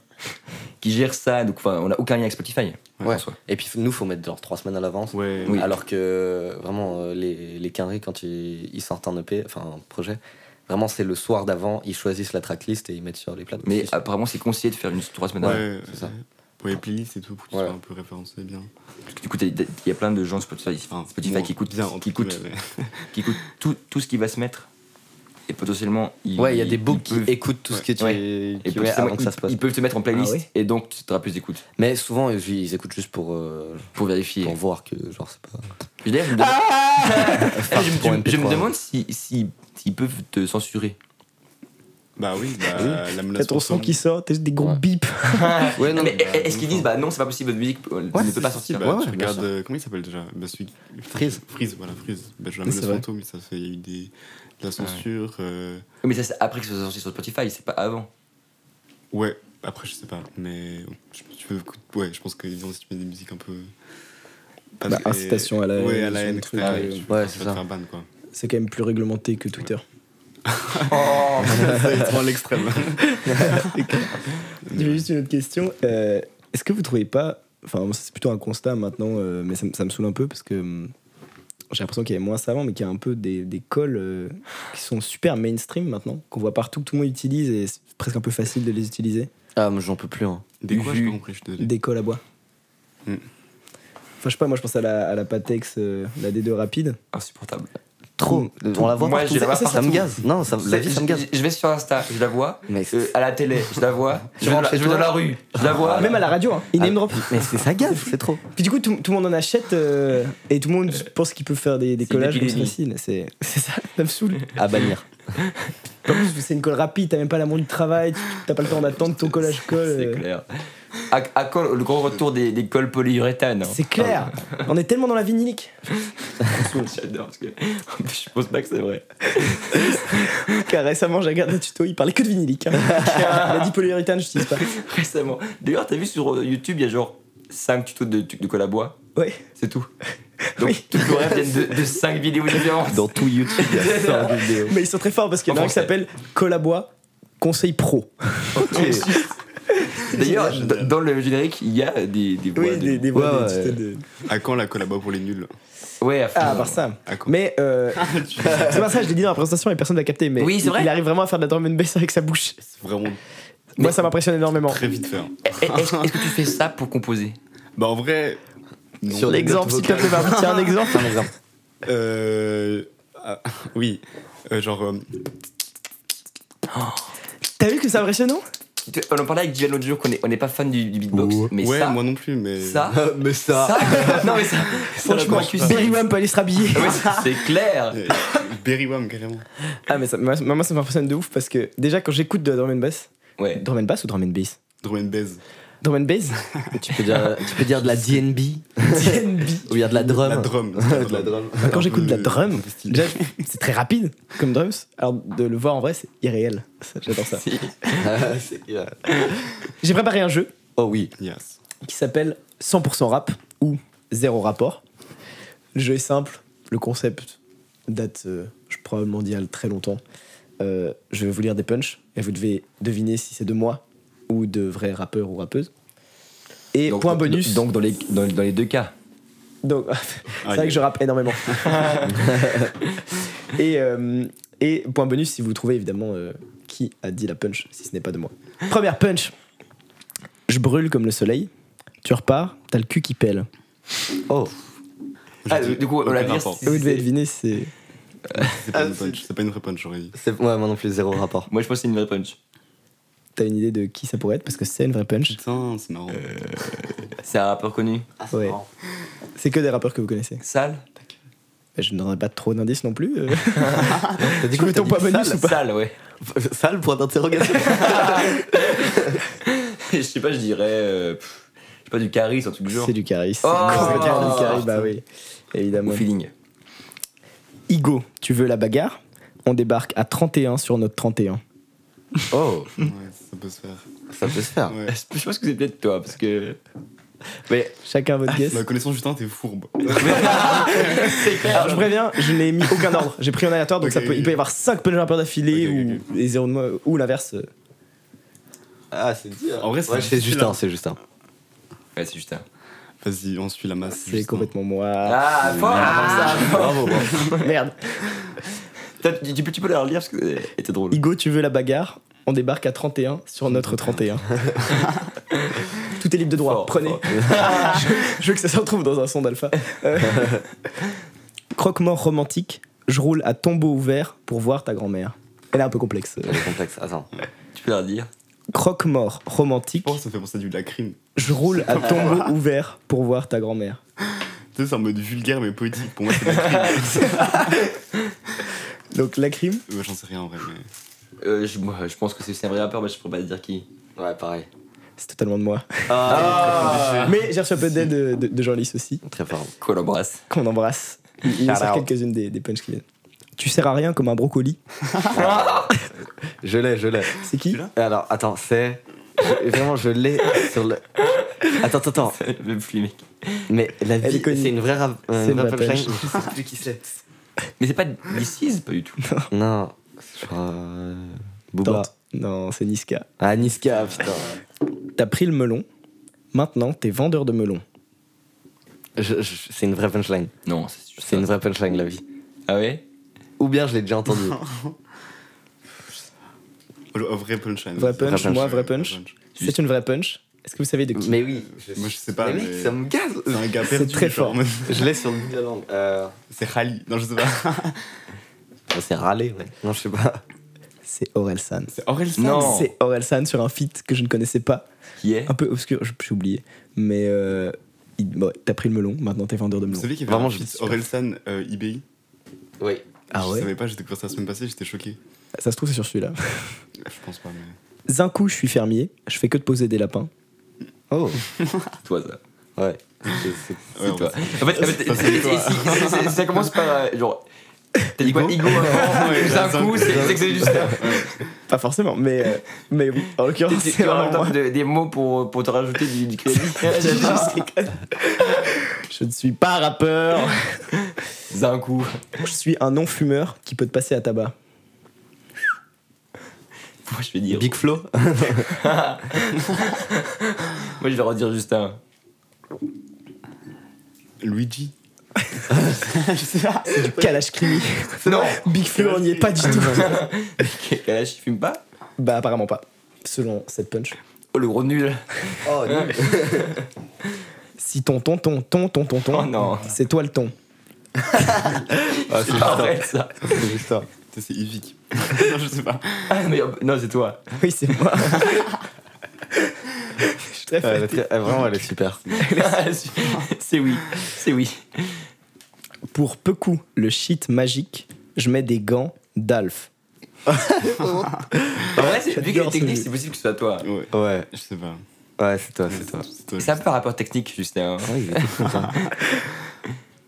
Speaker 6: qui gère ça, donc enfin, on n'a aucun lien avec Spotify.
Speaker 7: Ouais.
Speaker 6: en soi.
Speaker 7: Et puis nous, faut mettre genre 3 semaines à l'avance.
Speaker 5: Ouais.
Speaker 6: Oui.
Speaker 7: Alors que vraiment, euh, les, les quinries, quand ils, ils sortent un EP, enfin un projet, vraiment c'est le soir d'avant, ils choisissent la tracklist et ils mettent sur les plateformes.
Speaker 6: Mais apparemment, c'est conseillé de faire une trois semaines avant.
Speaker 5: Ouais, euh,
Speaker 7: c'est ça.
Speaker 5: ouais. Pour les playlists et tout, pour qu'ils
Speaker 7: Voilà.
Speaker 5: soient un peu référencés bien.
Speaker 6: Parce que Du coup, t'as- t'as- il y a plein de gens sur Spotify,
Speaker 5: Enfin,
Speaker 6: Spotify
Speaker 5: moi,
Speaker 6: qui écoutent,
Speaker 5: bien, en
Speaker 6: qui
Speaker 5: tout
Speaker 6: écoutent
Speaker 5: cas, mais-
Speaker 6: qui écoute tout, tout ce qui va se mettre. Et potentiellement, ils,
Speaker 7: ouais, il y a des
Speaker 6: ils
Speaker 7: books qui
Speaker 6: peuvent-
Speaker 7: écoutent tout ce que tu
Speaker 6: Ouais.
Speaker 7: qui
Speaker 6: et
Speaker 7: met
Speaker 6: potentiellement,
Speaker 7: avant que ça
Speaker 6: ils-
Speaker 7: se passe.
Speaker 6: Ils peuvent te mettre en playlist
Speaker 4: Ah ouais
Speaker 6: et donc tu auras plus d'écoute
Speaker 7: Mais souvent, ils, ils écoutent juste pour, euh,
Speaker 6: pour vérifier.
Speaker 7: pour voir que, genre, c'est pas.
Speaker 6: Je, d'ailleurs, je me demande,
Speaker 7: Enfin,
Speaker 6: je me-
Speaker 7: pour
Speaker 6: je me-
Speaker 7: MP3.
Speaker 6: je me demande si, si- s'ils peuvent te censurer.
Speaker 5: Bah oui, bah, la menace.
Speaker 4: T'as ton son
Speaker 5: ressemble.
Speaker 4: qui sort, t'as juste des gros
Speaker 7: Ouais.
Speaker 4: bips.
Speaker 7: Ouais,
Speaker 6: Ah. Non,
Speaker 7: non,
Speaker 6: mais
Speaker 7: mais-
Speaker 6: est-ce qu'ils disent bah non, c'est pas possible, votre musique euh,
Speaker 7: Ouais,
Speaker 6: ne
Speaker 5: Si,
Speaker 6: peut pas
Speaker 5: si,
Speaker 6: sortir
Speaker 5: bah,
Speaker 7: Ouais,
Speaker 5: tu
Speaker 7: ouais, bien
Speaker 5: regardes,
Speaker 7: sûr.
Speaker 5: euh, comment il s'appelle déjà bah, celui...
Speaker 7: Freeze.
Speaker 5: Freeze, voilà, Freeze. Bah,
Speaker 4: Oui,
Speaker 5: je l'amène
Speaker 4: c'est
Speaker 5: le
Speaker 4: vrai.
Speaker 5: fantôme, mais ça fait, il y a eu des, de la censure. euh,
Speaker 6: Mais ça, c'est après que ça soit sorti sur Spotify, c'est pas avant.
Speaker 5: Ouais, après, je sais pas, mais je, tu peux écouter- ouais, je pense qu'ils ont aussi mis des musiques un peu. pas
Speaker 4: Bah,
Speaker 5: très-
Speaker 4: incitation à la haine,
Speaker 5: Ouais, à la
Speaker 4: ce
Speaker 5: haine,
Speaker 4: truc,
Speaker 5: etc.
Speaker 4: euh,
Speaker 5: tu- tu
Speaker 7: ouais,
Speaker 5: vas
Speaker 7: c'est
Speaker 5: te
Speaker 7: ça.
Speaker 5: faire ban, quoi.
Speaker 4: C'est quand même plus réglementé que Twitter.
Speaker 5: ça, ils te rendent Oh, l'extrême.
Speaker 4: J'avais juste une autre question. Euh, Est-ce que vous trouvez pas. Enfin, moi, c'est plutôt un constat maintenant, euh, mais ça, me- ça me saoule un peu parce que hum, j'ai l'impression qu'il y avait moins ça avant, mais qu'il y a un peu des, des cols euh, qui sont super mainstream maintenant, qu'on voit partout, que tout le monde utilise et c'est presque un peu facile de les utiliser.
Speaker 7: Ah, mais j'en peux plus. hein.
Speaker 5: Des quoi, j'ai
Speaker 6: Vu-
Speaker 5: pas compris, je suis désolé.
Speaker 4: Des cols à bois.
Speaker 5: Hmm.
Speaker 4: Enfin, je sais pas, moi je pense à la, à la Patex, euh, la D2 rapide.
Speaker 6: Insupportable.
Speaker 7: Trop. On la voit
Speaker 6: Moi,
Speaker 7: partout.
Speaker 6: je la vois
Speaker 7: Ça, ça me
Speaker 6: partout.
Speaker 7: gaze. Non, ça, la vie, ça me gaze.
Speaker 6: Je, je vais sur Insta, je la vois.
Speaker 7: Mais
Speaker 6: Euh, à la télé, je la vois. je vais dans
Speaker 7: rentres
Speaker 6: la,
Speaker 7: chez
Speaker 6: je vais dans
Speaker 7: toi.
Speaker 6: la rue, je la vois.
Speaker 4: Même à la radio, hein. Il
Speaker 7: Ah.
Speaker 4: name drop.
Speaker 7: Mais c'est ça gaze, c'est trop.
Speaker 4: Puis du coup, tout, tout le monde en achète euh, et tout le monde pense qu'il peut faire des, des
Speaker 6: C'est une
Speaker 4: collages comme ça
Speaker 6: épidémie.
Speaker 4: facile. C'est c'est ça, ça me saoule. Ah bah,
Speaker 7: À bannir.
Speaker 4: En plus, c'est une colle rapide, t'as même pas la montre du travail, tu- t'as pas le temps d'attendre ton collage colle.
Speaker 6: C'est
Speaker 4: euh,
Speaker 6: clair. À, à quand le grand retour des, des cols polyuréthane hein.
Speaker 4: C'est clair. On est tellement dans la vinilique.
Speaker 6: J'adore parce que je pense pas que c'est vrai.
Speaker 4: Car récemment, j'ai regardé un tuto, il parlait que de vinilique. hein. il a dit polyuréthane, je n'utilise pas.
Speaker 6: Récemment. D'ailleurs, t'as vu sur euh, YouTube, il y a genre 5 tutos de, de colle à bois.
Speaker 4: Ouais.
Speaker 6: C'est tout. Donc,
Speaker 4: Oui.
Speaker 6: toutes nos rêves viennent de, 5 vidéos différentes.
Speaker 7: Dans tout YouTube, il y a 100 vidéos.
Speaker 4: Mais ils sont très forts parce qu'il y en a
Speaker 6: En
Speaker 4: un qui
Speaker 6: français.
Speaker 4: s'appelle colle à bois conseil pro.
Speaker 6: D'ailleurs, d- dans le générique, il y a des, des voix.
Speaker 4: Oui,
Speaker 6: de-
Speaker 4: des, des voix,
Speaker 7: Ouais,
Speaker 4: des
Speaker 7: ouais.
Speaker 4: tutos de-
Speaker 5: À Ah, quand la collabo pour les nuls
Speaker 6: Ouais, à fond.
Speaker 4: Ah, à part ça.
Speaker 5: À quand
Speaker 4: Mais euh, c'est pas ça, je l'ai dit dans la présentation et personne l'a capté. Mais
Speaker 6: Oui, c'est
Speaker 4: il-
Speaker 6: vrai.
Speaker 4: il arrive vraiment à faire de la drum and bass avec sa bouche.
Speaker 5: C'est vraiment
Speaker 4: Moi, ça m'impressionne énormément.
Speaker 5: Très vite hein. faire.
Speaker 6: Est- Eh, Est-ce est-ce que tu fais ça pour composer
Speaker 5: Bah en vrai, non.
Speaker 7: Sur les-
Speaker 4: L'exemple, s'il te plaît, Barbie, tiens un exemple.
Speaker 7: Un exemple.
Speaker 5: Euh, ah, oui, Euh, genre euh,
Speaker 4: T'as vu que c'est impressionnant
Speaker 6: Tu- On en parlait avec Diane l'autre jour qu'on est- on n'est pas fan du, du beatbox, mais
Speaker 5: ouais,
Speaker 6: ça,
Speaker 5: moi non plus, mais
Speaker 6: ça,
Speaker 7: mais ça.
Speaker 6: ça- non mais ça, ça
Speaker 4: Franchement,
Speaker 6: je suis
Speaker 4: Berry Wham peut aller se rhabiller.
Speaker 6: Ah c'est clair.
Speaker 5: Euh, Berry Wham carrément.
Speaker 4: Ah, mais ça, moi, moi, ça m'impressionne de ouf parce que déjà, quand j'écoute de la drum and bass,
Speaker 6: Ouais.
Speaker 4: drum and bass ou drum and bass
Speaker 5: Drum and bass.
Speaker 4: Drum and bass
Speaker 7: Tu peux dire, tu peux dire de la DNB
Speaker 4: DNB.
Speaker 7: ou il y a de la drum.
Speaker 5: La drum.
Speaker 7: Ah. de la drum.
Speaker 4: Quand j'écoute de la drum,
Speaker 5: stylé.
Speaker 4: déjà, c'est très rapide comme drums. Alors de le voir en vrai, c'est irréel. Ça, J'adore ça.
Speaker 7: Ah, c'est- euh,
Speaker 4: J'ai préparé un jeu
Speaker 7: oh oui.
Speaker 5: Yes.
Speaker 4: qui s'appelle 100% rap ou zéro rapport. Le jeu est simple, le concept date, euh, je probablement d'il y a très longtemps. Euh, je vais vous lire des punchs et vous devez deviner si c'est de moi ou de vrais rappeurs ou rappeuses. Et
Speaker 6: Donc,
Speaker 4: point bonus.
Speaker 6: Donc dans les dans, dans les deux cas,
Speaker 4: Donc, c'est vrai que je rappe énormément. et, euh, et point bonus si vous trouvez évidemment euh, qui a dit la punch, si ce n'est pas de moi. Première punch. Je brûle comme le soleil. Tu repars, t'as le cul qui pèle.
Speaker 7: Oh.
Speaker 6: Ah, du coup, on
Speaker 5: Aucun
Speaker 6: l'a dit,
Speaker 5: rapport.
Speaker 6: c'est- Ah,
Speaker 4: Vous devez deviner, c'est.
Speaker 5: C'est pas une punch, c'est pas une vraie punch, j'aurais dit.
Speaker 7: C'est, ouais, moi non plus, zéro rapport.
Speaker 6: moi je pense que c'est une vraie punch.
Speaker 4: T'as une idée de qui ça pourrait être Parce que c'est une vraie punch.
Speaker 5: Putain, c'est marrant.
Speaker 6: Euh. C'est un rappeur connu.
Speaker 4: Ouais. C'est que des rappeurs que vous connaissez.
Speaker 6: Sale.
Speaker 4: Bah, je ne donnerai pas trop d'indices non plus. euh.
Speaker 7: T'as dit
Speaker 4: Je veux ton point bonus
Speaker 6: Sale,
Speaker 4: ou pas
Speaker 6: sale, ouais.
Speaker 7: Sale point d'interrogation.
Speaker 6: je sais pas, je dirais, euh, pff, je sais pas du charisme, un truc du genre.
Speaker 4: C'est du charisme.
Speaker 6: Oh
Speaker 4: Complètement du charisme, bah oui.
Speaker 6: Au
Speaker 4: Évidemment.
Speaker 6: feeling.
Speaker 4: Igo, tu veux la bagarre On débarque à 31 sur notre 31.
Speaker 7: Oh,
Speaker 5: Ouais, ça peut se faire.
Speaker 7: ça peut se
Speaker 6: Ah.
Speaker 7: faire.
Speaker 5: Ouais.
Speaker 6: Je pense que c'est peut-être toi, parce que.
Speaker 4: Chacun votre guess.
Speaker 5: Ma Bah, connaissance Justin, t'es fourbe.
Speaker 4: Alors je préviens, je n'ai mis aucun ordre. J'ai pris en aléatoire, donc
Speaker 5: Ok,
Speaker 4: ça peut, il peut y avoir 5 punch rappeurs d'affilée
Speaker 5: Ok, ok,
Speaker 4: ou et zéro de moi ou l'inverse.
Speaker 7: Ah, c'est dire.
Speaker 5: En vrai, c'est
Speaker 7: ouais, c'est
Speaker 5: difficile,
Speaker 7: Justin,
Speaker 5: hein.
Speaker 7: c'est Justin.
Speaker 6: Ouais, c'est Justin.
Speaker 5: Vas-y, on suit la masse.
Speaker 4: C'est
Speaker 5: Justin.
Speaker 4: complètement moi.
Speaker 6: Ah, fort
Speaker 7: Bravo. bravo.
Speaker 4: Merde.
Speaker 6: Putain, tu, tu peux, tu peux la relire parce que euh, elle était drôle.
Speaker 4: Igo, tu veux la bagarre On débarque à 31 sur notre 31. Tout est libre de droit,
Speaker 6: Fort,
Speaker 4: prenez.
Speaker 6: fort.
Speaker 4: je veux que ça se retrouve dans un son d'alpha. Euh, Croque-mort romantique, je roule à tombeau ouvert pour voir ta grand-mère. Elle est un peu complexe.
Speaker 7: Elle est complexe. Attends.
Speaker 6: Tu peux la relire.
Speaker 4: Croque-mort romantique,
Speaker 5: Oh, ça me fait penser à du lacrime.
Speaker 4: je roule à tombeau ouvert pour voir ta grand-mère.
Speaker 5: Tu sais, c'est en mode vulgaire mais poétique. Pour moi, c'est de la crime.
Speaker 4: Donc la crime,
Speaker 5: Ouais, J'en sais rien en vrai, mais.
Speaker 6: Euh, je, moi, je pense que c'est c'est un vrai rappeur, mais je pourrais pas dire qui.
Speaker 7: Ouais, pareil.
Speaker 4: c'est totalement de moi.
Speaker 6: Ah,
Speaker 4: Mais j'ai reçu un peu d'aide de, de, de Jean-Lys aussi,
Speaker 7: Très fort.
Speaker 6: Qu'on l'embrasse.
Speaker 4: qu'on embrasse. Il il nous sert quelques-unes des, des punches qui viennent. Tu sers à rien comme un brocoli.
Speaker 7: Je l'ai, je l'ai.
Speaker 4: C'est qui
Speaker 7: Alors, attends, c'est. je- Vraiment, je l'ai sur le. Attends, attends, attends.
Speaker 6: Même plus, mec.
Speaker 7: Mais la
Speaker 4: Elle est
Speaker 7: vie,
Speaker 4: connue.
Speaker 7: c'est une vraie rap.
Speaker 4: C'est une vraie
Speaker 7: punch. Je sais plus qui c'est.
Speaker 6: Mais c'est pas This Is, pas du tout.
Speaker 7: Non. Je crois. euh, Booba.
Speaker 4: Tente. Non, c'est Niska.
Speaker 7: Ah, Niska, putain.
Speaker 4: T'as pris le melon. Maintenant, t'es vendeur de melon.
Speaker 7: Je- je- c'est une vraie punchline.
Speaker 6: Non, c'est juste
Speaker 7: C'est
Speaker 6: ça.
Speaker 7: une vraie punchline, la vie.
Speaker 6: Ah ouais
Speaker 7: Ou bien je l'ai déjà entendu.
Speaker 5: Oh, Vrai punchline.
Speaker 4: Vrai punch,
Speaker 7: punch,
Speaker 4: moi,
Speaker 5: ouais,
Speaker 4: vrai punch. C'est une vraie punch. Est-ce que vous savez de qui
Speaker 7: mais oui.
Speaker 5: Moi, je sais pas,
Speaker 7: Mais oui,
Speaker 5: mais-
Speaker 7: ça me gaze.
Speaker 5: C'est un gars
Speaker 4: C'est
Speaker 5: perdu.
Speaker 4: très
Speaker 5: genre,
Speaker 4: fort.
Speaker 5: en mode-
Speaker 7: Je l'ai sur le bout de la langue. Euh,
Speaker 5: C'est Rally. Non, je sais pas.
Speaker 7: bah, c'est râlé, ouais. Non, je sais pas.
Speaker 4: C'est Aurel San.
Speaker 5: C'est Aurel San.
Speaker 6: Non
Speaker 4: C'est Aurel San sur un feat que je ne connaissais pas.
Speaker 6: Qui est
Speaker 4: Un peu obscur, je- j'ai oublié. Mais euh, il- bon, t'as pris le melon, maintenant t'es vendeur de
Speaker 5: Vous
Speaker 4: melon.
Speaker 5: savez qu'il y avait
Speaker 7: Vraiment,
Speaker 5: un
Speaker 7: je-
Speaker 5: feat Aurel San euh, IBI
Speaker 7: Oui.
Speaker 4: Ah
Speaker 5: Je
Speaker 4: ouais
Speaker 5: savais pas, j'ai découvert ça la semaine passée, j'étais choqué. Ah,
Speaker 4: Ça se trouve, c'est sur celui-là.
Speaker 5: Je pense pas, mais.
Speaker 4: Un coup, je suis fermier, je fais que de poser des lapins.
Speaker 7: Oh.
Speaker 6: toi, ça.
Speaker 7: Ouais. C'est- c'est-
Speaker 5: Ouais, en
Speaker 6: Toi.
Speaker 5: fait,
Speaker 6: En fait, en fait,
Speaker 5: Ça, c'est
Speaker 6: et-
Speaker 5: toi.
Speaker 6: et- si- c'est- c'est- ça commence par. euh, Genre. T'as dit quoi Igo avant,
Speaker 5: Ouais,
Speaker 6: plus un
Speaker 5: ça-
Speaker 6: coup, c'est c'est que c'est juste.
Speaker 4: Pas forcément, mais, euh, mais oui. En l'occurrence,
Speaker 6: Tu-
Speaker 4: c'est
Speaker 6: Tu auras le
Speaker 4: vraiment
Speaker 6: temps
Speaker 4: moi.
Speaker 6: de- des mots pour, pour te rajouter du, du crédit.
Speaker 4: J'ai juste rigolé. Je ne suis pas rappeur.
Speaker 6: C'est un coup.
Speaker 4: Je suis un non-fumeur qui peut te passer à tabac.
Speaker 6: Moi, je vais dire.
Speaker 7: Big Flo
Speaker 6: Moi, je vais redire Justin.
Speaker 5: Luigi.
Speaker 4: Du calage crimi.
Speaker 6: Non
Speaker 4: Big Flo, on n'y est pas du tout.
Speaker 6: Kalash, il fume pas
Speaker 4: Bah, apparemment pas. selon cette punch.
Speaker 6: Oh, le gros nul
Speaker 7: Oh, non.
Speaker 4: Si ton ton ton ton ton ton ton,
Speaker 6: Oh non.
Speaker 4: c'est toi le ton.
Speaker 7: Ah, c'est
Speaker 6: C'est pas
Speaker 7: juste
Speaker 6: vrai, ça
Speaker 7: ça, c'est juste ça.
Speaker 5: Putain, C'est Yvick. non, je sais pas.
Speaker 6: Ah, mais, Non, c'est toi.
Speaker 4: Oui, c'est moi. Je suis très
Speaker 7: Ouais, elle
Speaker 4: flatté.
Speaker 7: est très- elle- vraiment, elle est super.
Speaker 6: c'est oui, c'est oui.
Speaker 4: Pour peu coup, le shit magique, je mets des gants d'Alf.
Speaker 6: En vrai, c'est- vu qu'elle
Speaker 4: J'adore
Speaker 6: est
Speaker 4: ce
Speaker 6: technique,
Speaker 4: jeu.
Speaker 6: c'est possible que ce soit toi.
Speaker 5: Ouais,
Speaker 7: Ouais,
Speaker 5: je sais pas.
Speaker 7: ouais, c'est toi, c'est toi.
Speaker 5: C'est toi.
Speaker 6: C'est un peu par rapport technique, Justin. hein.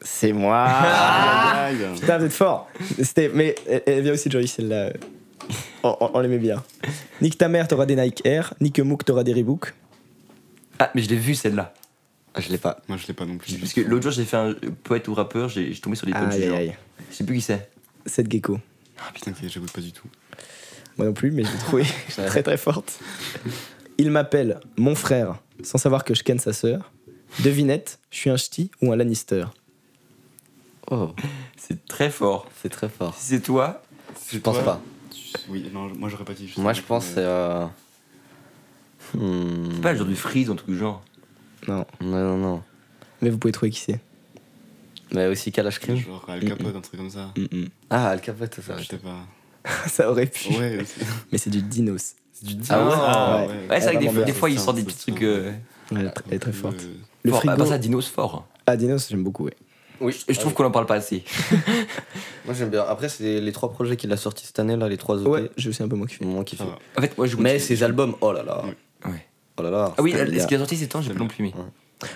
Speaker 4: C'est moi.
Speaker 5: Ah, la blague.
Speaker 4: Putain, vous êtes fort. C'était, mais elle, elle vient aussi de jolie celle-là. On, on- on l'aimait bien. Nique ta mère, t'auras des Nike Air. Nique Mook, t'auras des Reebok.
Speaker 6: Ah, mais je l'ai vu celle-là.
Speaker 7: Ah, Je l'ai pas.
Speaker 5: Moi, je l'ai pas non plus.
Speaker 6: Parce que l'autre jour, j'ai fait un euh, poète ou rappeur, j'ai j'ai tombé sur des potes
Speaker 4: Aïe,
Speaker 6: du
Speaker 4: aïe,
Speaker 6: genre.
Speaker 4: aïe.
Speaker 6: Je sais plus qui c'est.
Speaker 4: Cette gecko.
Speaker 5: Ah putain, ok, j'écoute pas du tout.
Speaker 4: Moi non plus, mais je l'ai trouvée très très forte. Il m'appelle mon frère, sans savoir que je ken sa sœur. Devinette, je suis un ch'ti ou un Lannister.
Speaker 7: Oh,
Speaker 6: C'est très fort.
Speaker 7: c'est très fort.
Speaker 6: Si c'est toi,
Speaker 7: Je pense
Speaker 5: toi
Speaker 7: pas.
Speaker 5: Tu- Oui, non, moi j'aurais pas dit. je sais
Speaker 7: Moi,
Speaker 5: pas,
Speaker 7: je pense c'est.
Speaker 5: mais-
Speaker 7: euh, hmm,
Speaker 6: c'est pas le genre du freeze ou un truc du genre.
Speaker 4: Non,
Speaker 7: Non, non, non.
Speaker 4: mais vous pouvez trouver qui c'est.
Speaker 7: Mais aussi Kalash Cream.
Speaker 5: Genre Al Capote, un truc comme ça.
Speaker 7: Ah, Al Capote, ça.
Speaker 5: Je sais pas.
Speaker 4: Ça aurait pu.
Speaker 5: Ouais, c'est
Speaker 4: Mais c'est du dinos.
Speaker 5: c'est du
Speaker 6: Ah ouais,
Speaker 5: Ah,
Speaker 4: ouais.
Speaker 6: Ouais, c'est vrai que des,
Speaker 4: vraiment
Speaker 6: fois-
Speaker 4: bien,
Speaker 6: des fois, ils
Speaker 5: ça,
Speaker 6: sortent des
Speaker 5: ça,
Speaker 6: petits
Speaker 5: ça.
Speaker 6: trucs. euh,
Speaker 4: Elle est tr- elle est très forte.
Speaker 5: Euh,
Speaker 4: Le
Speaker 6: forts.
Speaker 4: frigo.
Speaker 6: Ah, bah, ça, Dino, c'est fort.
Speaker 4: Ah, dinos, j'aime beaucoup. ouais.
Speaker 7: Ah Oui,
Speaker 6: Je trouve qu'on en parle pas assez.
Speaker 7: Moi, j'aime bien. Après, c'est les trois projets qu'il a sortis cette année, là, les trois OP.
Speaker 4: Ouais, je sais un peu moi qui
Speaker 7: C'est
Speaker 4: fais.
Speaker 7: mon kiff.
Speaker 5: Ça va.
Speaker 6: En fait, moi, je
Speaker 7: Mais ses albums, oh là là.
Speaker 6: Ouais.
Speaker 7: Oh là là.
Speaker 6: Ah oui,
Speaker 7: C'était
Speaker 6: ce
Speaker 7: bien.
Speaker 6: qui est sorti ces temps, j'ai pas non plus mis.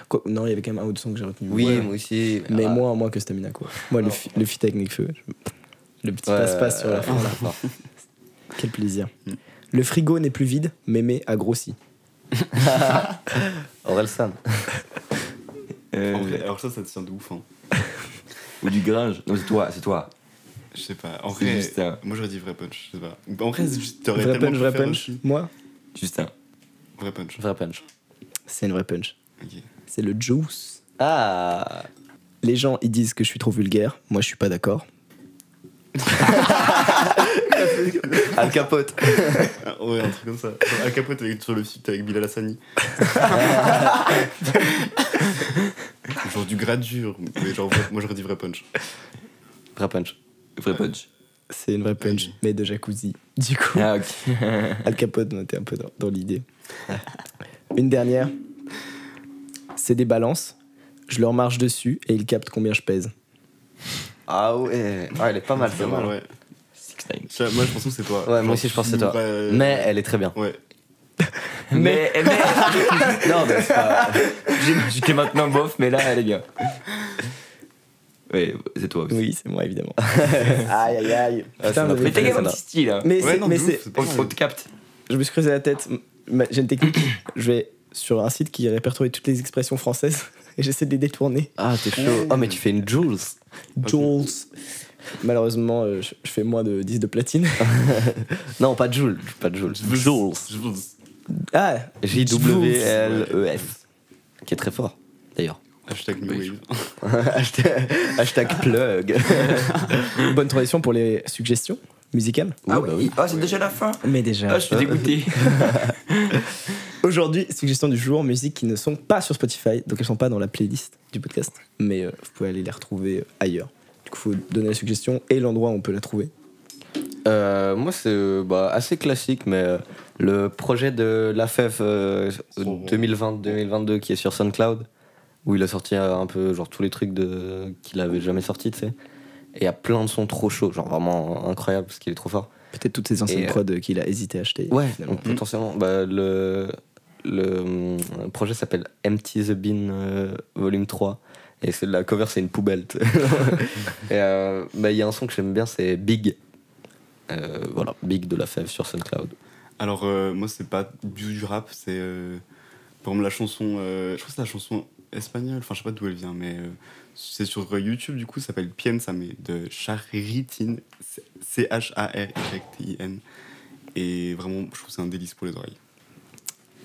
Speaker 4: Quoi- Non, il y avait quand même un ou deux sons que j'ai retenu.
Speaker 7: Oui,
Speaker 4: Ouais.
Speaker 7: moi aussi.
Speaker 4: mais
Speaker 7: ah,
Speaker 4: moins moins que Stamina quoi. Moi le, fi- le feat avec Nekfeu, je- le petit
Speaker 7: ouais,
Speaker 4: passe-passe sur la
Speaker 7: ouais,
Speaker 4: fin,
Speaker 7: ouais, ouais.
Speaker 4: quel plaisir. Le frigo n'est plus vide, mémé a grossi.
Speaker 7: Orelsan.
Speaker 5: en
Speaker 6: Euh,
Speaker 5: vrai, alors ça, ça te tient de ouf. Hein.
Speaker 6: Ou du gringe. Non, c'est toi, c'est toi.
Speaker 5: Je sais pas. En
Speaker 6: C'est
Speaker 5: vrai,
Speaker 6: juste un-
Speaker 5: moi j'aurais dit vrai punch. Je sais pas. En vrai, c'est juste- t'aurais
Speaker 4: Vrai
Speaker 5: tellement
Speaker 4: punch,
Speaker 5: pu
Speaker 4: vrai
Speaker 5: faire
Speaker 4: punch.
Speaker 5: aussi.
Speaker 4: Moi,
Speaker 6: Justin.
Speaker 5: Vrai punch.
Speaker 7: Vrai punch.
Speaker 4: c'est une vraie punch.
Speaker 5: Ok.
Speaker 4: C'est le juice.
Speaker 7: Ah
Speaker 4: Les gens ils disent que je suis trop vulgaire, moi je suis pas d'accord.
Speaker 7: Al Capote.
Speaker 5: Ah, ouais, un truc comme ça. Genre, Al Capote avec, sur le site avec Bilal Hassani. genre du gradure. Mais genre, vrai- moi j'aurais dit vrai punch.
Speaker 7: Vrai punch.
Speaker 6: Vrai punch.
Speaker 4: C'est une vraie punch, mais de jacuzzi. Du coup,
Speaker 6: Ah, ok.
Speaker 4: Al Capote on était un peu dans, dans l'idée. Une dernière. C'est des balances. Je leur marche dessus et ils captent combien je pèse.
Speaker 7: Ah ouais. Ah, elle est pas mal,
Speaker 5: C'est pas
Speaker 7: celle-là.
Speaker 5: mal, ouais.
Speaker 6: Six nine.
Speaker 5: Ça, Moi je pense que c'est toi.
Speaker 7: Ouais, euh,
Speaker 5: Genre,
Speaker 7: moi aussi, je pense que c'est
Speaker 5: tu
Speaker 7: toi.
Speaker 5: vas-
Speaker 7: Mais elle est très bien.
Speaker 5: Ouais.
Speaker 6: Mais, mais,
Speaker 7: Non, mais c'est pas.
Speaker 6: j'ai- j'étais maintenant bof, mais là, elle est bien. Ouais, c'est toi aussi.
Speaker 4: Oui, c'est moi évidemment. aïe aïe aïe.
Speaker 7: c'est ma
Speaker 4: mauvais
Speaker 6: Mais
Speaker 4: punch.
Speaker 6: t'as
Speaker 7: préférée,
Speaker 6: quand même un
Speaker 7: celle-là.
Speaker 6: petit style, hein.
Speaker 4: Mais
Speaker 5: Ouais,
Speaker 4: c'est-
Speaker 5: non,
Speaker 4: mais
Speaker 5: de ouf,
Speaker 4: c'est.
Speaker 5: c'est pas
Speaker 6: On,
Speaker 5: mal.
Speaker 6: on te capte.
Speaker 4: Je me suis creusé la tête. Ma- J'ai une technique. je vais sur un site qui répertorie toutes les expressions françaises et j'essaie de les détourner.
Speaker 7: Ah, t'es chaud. Oh, mais tu fais une Jules.
Speaker 4: Jules. Malheureusement, euh, je je fais moins de 10 de platine.
Speaker 7: Non, pas Jules. Pas Jules. Jules.
Speaker 5: Jules.
Speaker 4: Ah
Speaker 7: J-W-L-E-S. Qui est très fort, d'ailleurs.
Speaker 5: Hashtag New Wave.
Speaker 7: hashtag, hashtag plug.
Speaker 4: Bonne transition pour les suggestions musicales.
Speaker 6: Ah
Speaker 7: bah
Speaker 6: oui, ah, c'est déjà la fin.
Speaker 4: Mais
Speaker 6: Ah,
Speaker 4: déjà.
Speaker 6: je suis dégoûté.
Speaker 4: Aujourd'hui, suggestions du jour, musiques qui ne sont pas sur Spotify, donc elles sont pas dans la playlist du podcast, mais euh, vous pouvez aller les retrouver euh, ailleurs. Du coup, faut donner la suggestion et l'endroit où on peut la trouver.
Speaker 7: Euh, moi, c'est euh, bah, assez classique, mais euh, le projet de la FEF euh,
Speaker 5: bon.
Speaker 7: 2020-2022 qui est sur SoundCloud, où il a sorti euh, un peu genre tous les trucs de... qu'il avait jamais sortis, tu sais. Et il y a plein de sons trop chauds, genre vraiment incroyable parce qu'il est trop fort.
Speaker 4: Peut-être toutes ces anciennes
Speaker 7: Et, euh,
Speaker 4: prods euh, qu'il a hésité à acheter.
Speaker 7: Ouais,
Speaker 4: finalement.
Speaker 6: Mhm.
Speaker 7: donc, potentiellement. Bah, le, le hum, le projet s'appelle Empty the Bean euh, Volume 3. Et c'est, la cover, c'est une poubelle. tu sais. et euh, bah, il y a un son que j'aime bien, c'est Big. Euh, voilà, Big de la fève sur SoundCloud.
Speaker 5: Alors, euh, moi, c'est pas du, du rap, c'est. euh, par exemple, la chanson. euh, je crois que c'est la chanson espagnole, enfin, je sais pas d'où elle vient, mais euh, c'est sur euh, YouTube, du coup, ça s'appelle Piensa, mais de Charitin, C-H-A-R-Y-T-I-N. Et vraiment, je trouve que c'est un délice pour les oreilles.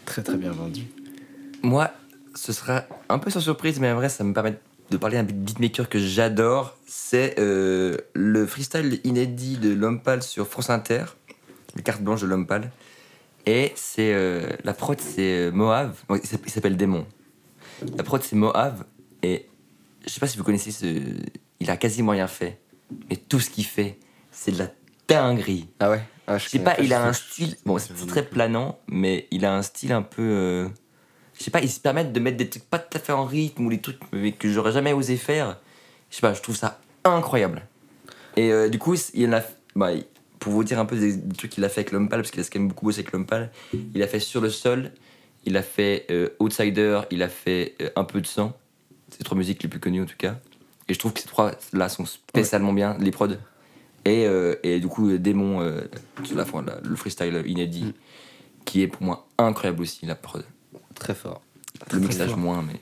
Speaker 4: Très très bien vendu.
Speaker 6: Moi, ce sera un peu sans surprise, mais en vrai, ça me permet de parler d'un beatmaker que j'adore. C'est euh, le freestyle inédit de Lompal sur France Inter, les cartes blanches de Lompal. Et c'est euh, la prod, c'est euh, Moab. Bon, il s'appelle- il s'appelle Démon. La prod, c'est Moab. Et je sais pas si vous connaissez ce. Il a quasiment rien fait. Mais tout ce qu'il fait, c'est de la dinguerie.
Speaker 7: Ah ouais ah,
Speaker 6: Je sais pas, il a un style. Bon, c'est c'est très planant, mais il a un style un peu. euh, je sais pas, il se permet de mettre des trucs pas tout à fait en rythme ou des trucs mais que j'aurais jamais osé faire. Je sais pas, je trouve ça incroyable. Et euh, du coup, c- il en a. bah, il- pour vous dire un peu des, des trucs qu'il a fait avec Lompal, parce qu'il a quand même beaucoup bossé avec Lompal, il a fait Sur le sol, il a fait euh, Outsider, il a fait euh, Un peu de sang. C'est les trois musiques les plus connues en tout cas. Et je trouve que ces trois-là sont spécialement bien, les prods. Et, euh, et du coup, Démon, euh, sur la, fin, la- le freestyle inédit,
Speaker 7: Mm.
Speaker 6: qui est pour moi incroyable aussi, la prod.
Speaker 7: Très fort.
Speaker 6: Le mixage moins, mais.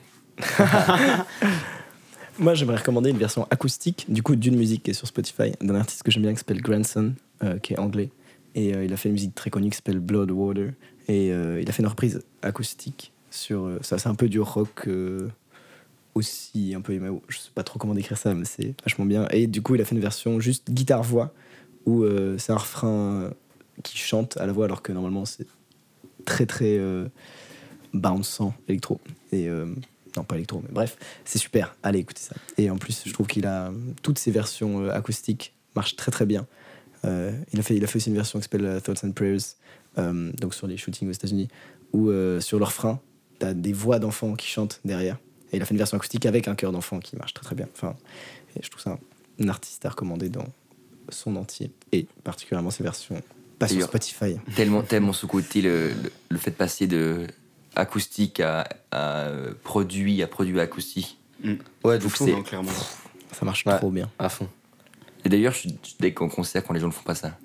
Speaker 4: Moi, j'aimerais recommander une version acoustique, du coup, d'une musique qui est sur Spotify, d'un artiste que j'aime bien qui s'appelle Grandson, euh, qui est anglais. Et euh, il a fait une musique très connue qui s'appelle Blood Water. Et euh, il a fait une reprise acoustique sur. euh, ça, c'est un peu du rock euh, aussi, un peu émao. Je sais pas trop comment décrire ça, mais c'est vachement bien. Et du coup, il a fait une version juste guitare-voix, où euh, c'est un refrain euh, qui chante à la voix, alors que normalement, c'est très, très euh, bounçant, électro. Et. euh, non, pas électro, mais bref. C'est super, allez écoutez ça. Et en plus, je trouve qu'il a toutes ses versions euh, acoustiques marchent très très bien. Euh, il, a fait, il a fait aussi une version qui s'appelle euh, Thoughts and Prayers, euh, donc sur les shootings aux États-Unis, où euh, sur leur frein, t'as des voix d'enfants qui chantent derrière. Et il a fait une version acoustique avec un chœur d'enfant qui marche très très bien. Enfin, et je trouve ça un, un artiste à recommander dans son entier, et particulièrement ses versions pas sur
Speaker 6: D'ailleurs.
Speaker 4: Spotify.
Speaker 6: tellement, tellement sous-côté le, le, le fait de passer de acoustique à, à euh, produit, à produit acoustique.
Speaker 7: Mm. Ouais, hein.
Speaker 6: Je
Speaker 7: du
Speaker 6: trouve
Speaker 7: coup,
Speaker 6: que
Speaker 5: Non, hein, clairement.
Speaker 4: Ça marche
Speaker 7: Ouais.
Speaker 4: trop bien.
Speaker 7: à fond.
Speaker 6: Et d'ailleurs, je suis je suis dès qu'en concert, quand les gens ne font pas ça.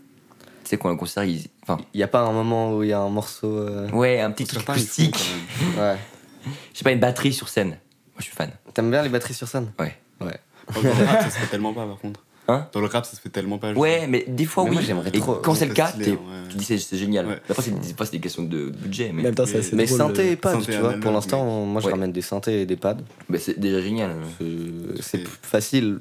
Speaker 6: Tu sais, quand un concert, ils. Enfin,
Speaker 7: Il y a pas un moment où il y a un morceau. euh,
Speaker 6: ouais, un petit truc
Speaker 5: Certains, ils font
Speaker 6: acoustique.
Speaker 5: quand même.
Speaker 7: Ouais.
Speaker 6: Je sais pas, une batterie sur scène. Moi, je suis fan.
Speaker 7: T'aimes bien les batteries sur scène
Speaker 6: Ouais.
Speaker 5: Oh, Dans le rap, ça se fait tellement pas, par contre.
Speaker 6: Hein
Speaker 5: Dans le rap, ça se fait tellement pas. je
Speaker 6: Ouais, mais des fois,
Speaker 7: Mais
Speaker 6: oui.
Speaker 7: moi, j'aimerais
Speaker 6: Et
Speaker 7: trop-
Speaker 6: quand c'est le cas,
Speaker 5: stylé,
Speaker 6: t'es-
Speaker 7: hein.
Speaker 5: ouais.
Speaker 6: tu dis c'est c'est génial.
Speaker 5: Ouais.
Speaker 6: Après, c'est des fois, c'est des questions de budget,
Speaker 4: En
Speaker 6: mais,
Speaker 4: même temps, ça,
Speaker 5: Mais-
Speaker 4: c'est
Speaker 7: Mais
Speaker 4: drôle,
Speaker 7: synthé
Speaker 4: le-
Speaker 7: et pads,
Speaker 5: synthé
Speaker 7: tu vois.
Speaker 5: analogue,
Speaker 7: Pour l'instant, moi je
Speaker 6: Ouais.
Speaker 7: ramène des synthés et des pads.
Speaker 6: mais bah, c'est déjà génial.
Speaker 7: C'est- C'est
Speaker 5: C'est-
Speaker 7: plus facile.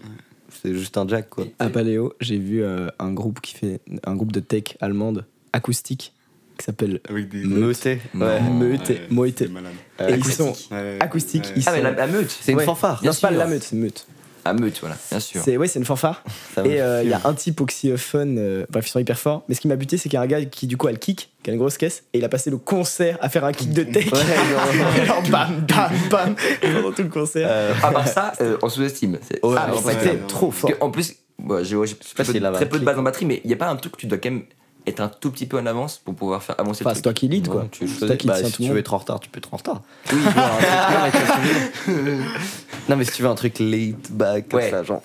Speaker 7: C'est juste un jack, quoi.
Speaker 4: euh, À Paléo, j'ai vu euh, un groupe qui fait un groupe de tech allemande acoustique qui s'appelle
Speaker 5: Avec des.
Speaker 7: Meuté.
Speaker 6: Non.
Speaker 7: Ouais.
Speaker 4: Meute.
Speaker 5: Ouais,
Speaker 4: Moite.
Speaker 5: c'est malade.
Speaker 4: Et
Speaker 7: Euh,
Speaker 4: ils sont
Speaker 5: Ouais,
Speaker 4: acoustiques.
Speaker 5: ouais.
Speaker 4: Ils sont...
Speaker 6: Ah, mais la, la meute
Speaker 7: C'est une
Speaker 4: Ouais.
Speaker 7: fanfare.
Speaker 4: Non,
Speaker 6: bien
Speaker 4: c'est pas
Speaker 6: sûr.
Speaker 4: la meute, c'est meute.
Speaker 6: La meute, voilà, bien sûr.
Speaker 4: C'est ouais, c'est une fanfare.
Speaker 7: Ça va.
Speaker 4: Et euh, il y a un type au xylophone, euh, bref, ils sont hyper forts. Mais ce qui m'a buté, c'est qu'il y a un gars qui, du coup, a le kick, qui a une grosse caisse, et il a passé le concert à faire un kick de tech. Alors, bam, bam, bam, pendant tout le concert.
Speaker 7: Euh,
Speaker 6: À part ça, euh, on sous-estime. C'est-
Speaker 7: Ouais,
Speaker 4: ah, mais
Speaker 6: en fait,
Speaker 4: c'était
Speaker 5: ouais.
Speaker 4: trop fort.
Speaker 6: Parce que, en plus, bah, j'ai ouais, j'ai
Speaker 7: pas
Speaker 6: peu-
Speaker 7: si il a
Speaker 6: très peu de
Speaker 7: marqué,
Speaker 6: bases en batterie, mais il n'y a pas un truc que tu dois quand même être un tout petit peu en avance pour pouvoir faire avancer
Speaker 4: Enfin,
Speaker 6: le
Speaker 4: c'est
Speaker 6: truc.
Speaker 4: toi qui lead, quoi.
Speaker 7: Non,
Speaker 4: c'est
Speaker 7: tu choisis-
Speaker 4: toi qui
Speaker 7: bah,
Speaker 4: tiens
Speaker 7: si
Speaker 4: tout
Speaker 7: tu
Speaker 4: le
Speaker 7: veux
Speaker 4: monde.
Speaker 7: être en retard, tu peux être en retard. Oui, tu vois, un truc- non, mais tu vois, c'est- Non, mais si tu veux un truc laid back, comme
Speaker 6: Ouais.
Speaker 7: ça, genre.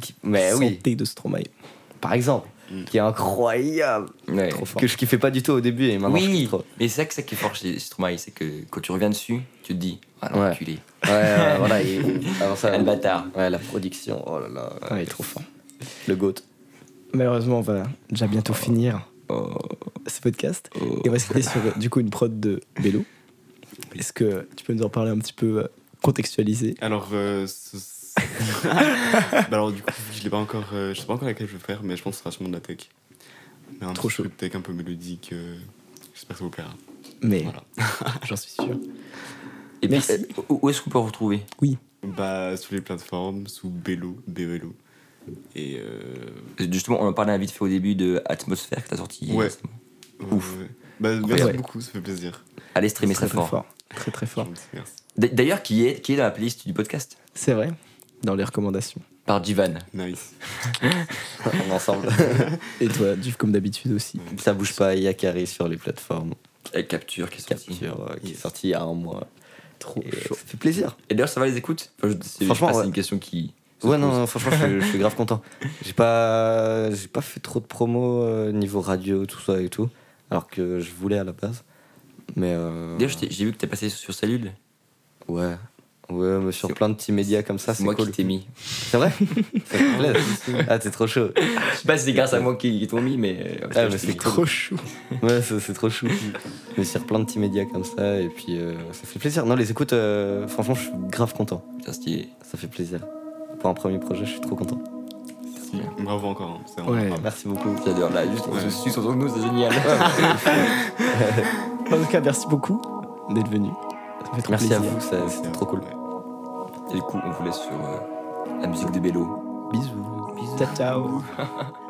Speaker 7: qui- Mais bah oui,
Speaker 4: Santé de Stromae.
Speaker 7: par exemple, qui est incroyable,
Speaker 6: Ouais.
Speaker 4: Trop fort.
Speaker 7: que je kiffais pas du tout au début et maintenant je
Speaker 6: Oui,
Speaker 7: kiffe trop.
Speaker 6: mais c'est ça, que- ça qui est fort chez chez Stromae, c'est que quand tu reviens dessus, tu te dis, ah
Speaker 7: Ouais.
Speaker 6: l'enculé,
Speaker 7: Ouais, ouais, voilà, et avant ça,
Speaker 6: le bâtard.
Speaker 7: Ouais, la production, oh là là,
Speaker 4: Ouais, il est trop fort.
Speaker 7: le goat.
Speaker 4: Malheureusement, on va déjà bientôt finir euh, ce podcast. Et on va se quitter sur euh, du coup une prod de Bélo. Est-ce que tu peux nous en parler un petit peu euh, contextualiser
Speaker 5: Alors, euh, ce- ce- Bah alors du coup, je l'ai pas encore, euh, je sais pas encore laquelle je vais faire, mais je pense que ce sera sûrement de la tech. Mais un
Speaker 4: Trop
Speaker 5: petit
Speaker 4: chaud.
Speaker 5: truc tech un peu mélodique. euh, J'espère que ça vous plaira.
Speaker 4: Mais
Speaker 5: Voilà.
Speaker 4: j'en suis sûr.
Speaker 6: Et puis,
Speaker 4: Merci.
Speaker 6: euh, où où est-ce qu'on peut vous retrouver
Speaker 5: Bah sous les plateformes, sous Bello, Bévélo. Et euh,
Speaker 6: Justement, on en parlait vite fait au début de Atmosphère que t'as sorti.
Speaker 5: Ouais.
Speaker 6: récemment.
Speaker 5: Ouf. Bah, merci
Speaker 6: Incroyable.
Speaker 5: beaucoup, ça fait plaisir.
Speaker 6: Allez streamer ça
Speaker 4: très,
Speaker 6: fort.
Speaker 4: Très très fort.
Speaker 5: Merci.
Speaker 6: D- D'ailleurs, qui est, qui est dans la playlist du podcast
Speaker 4: C'est vrai. Dans les recommandations.
Speaker 6: Par Jivan.
Speaker 5: Nice.
Speaker 7: On est ensemble.
Speaker 4: Et toi, Duf, comme d'habitude aussi.
Speaker 7: ça bouge pas, Yakari sur les plateformes.
Speaker 6: Avec Capture qui est sorti.
Speaker 7: Capture, euh, qui est sorti il y a un mois.
Speaker 4: Trop
Speaker 7: Et euh, ça fait plaisir.
Speaker 6: Et d'ailleurs, ça va les écoutes Enfin, je- c'est- je
Speaker 7: Franchement,
Speaker 6: sais pas, c'est
Speaker 7: ouais.
Speaker 6: une question qui. se
Speaker 7: Ouais,
Speaker 6: pose.
Speaker 7: non, non, franchement, je, suis- je suis grave content. J'ai pas, j'ai pas fait trop de promos euh, niveau radio, tout ça et tout, alors que je voulais à la base. Mais. euh,
Speaker 6: D'ailleurs, je t'ai- j'ai vu que t'es passé sur Salule.
Speaker 7: Ah, ouais. Ouais, mais sur plein de petits médias comme ça,
Speaker 6: c'est
Speaker 7: c'est
Speaker 6: moi
Speaker 7: cool.
Speaker 6: qui t'ai mis.
Speaker 7: C'est vrai Ça te plaît Ah, t'es trop chaud.
Speaker 6: Je sais pas si Bah, c'est grâce à moi qui, qui t'ont mis, mais. euh,
Speaker 7: Ah,
Speaker 6: je
Speaker 7: mais
Speaker 6: t'ai
Speaker 7: c'est
Speaker 6: mis.
Speaker 7: trop chou. Ouais, ça, c'est trop chou. mais sur plein de petits médias comme ça, et puis euh, ça fait plaisir. Non, les écoutes, euh, franchement, je suis grave content.
Speaker 6: oh, Putain, stylé.
Speaker 7: Ça fait plaisir. Pour un premier projet, je suis trop content.
Speaker 5: C'est trop Merci. Bravo encore. hein. C'est vraiment
Speaker 4: Ouais.
Speaker 5: incroyable.
Speaker 7: Merci beaucoup.
Speaker 6: J'adore là, juste on se
Speaker 5: Ouais.
Speaker 6: suce entre nous, c'est génial.
Speaker 4: En tout cas, merci beaucoup d'être venu. Ça fait trop
Speaker 7: Merci à
Speaker 4: plaisir.
Speaker 7: vous, ça- c'était trop cool.
Speaker 5: Ouais.
Speaker 6: Et du coup, on vous laisse sur euh, la musique de Bélo. Bisous. Bisous.
Speaker 4: Ciao, ciao.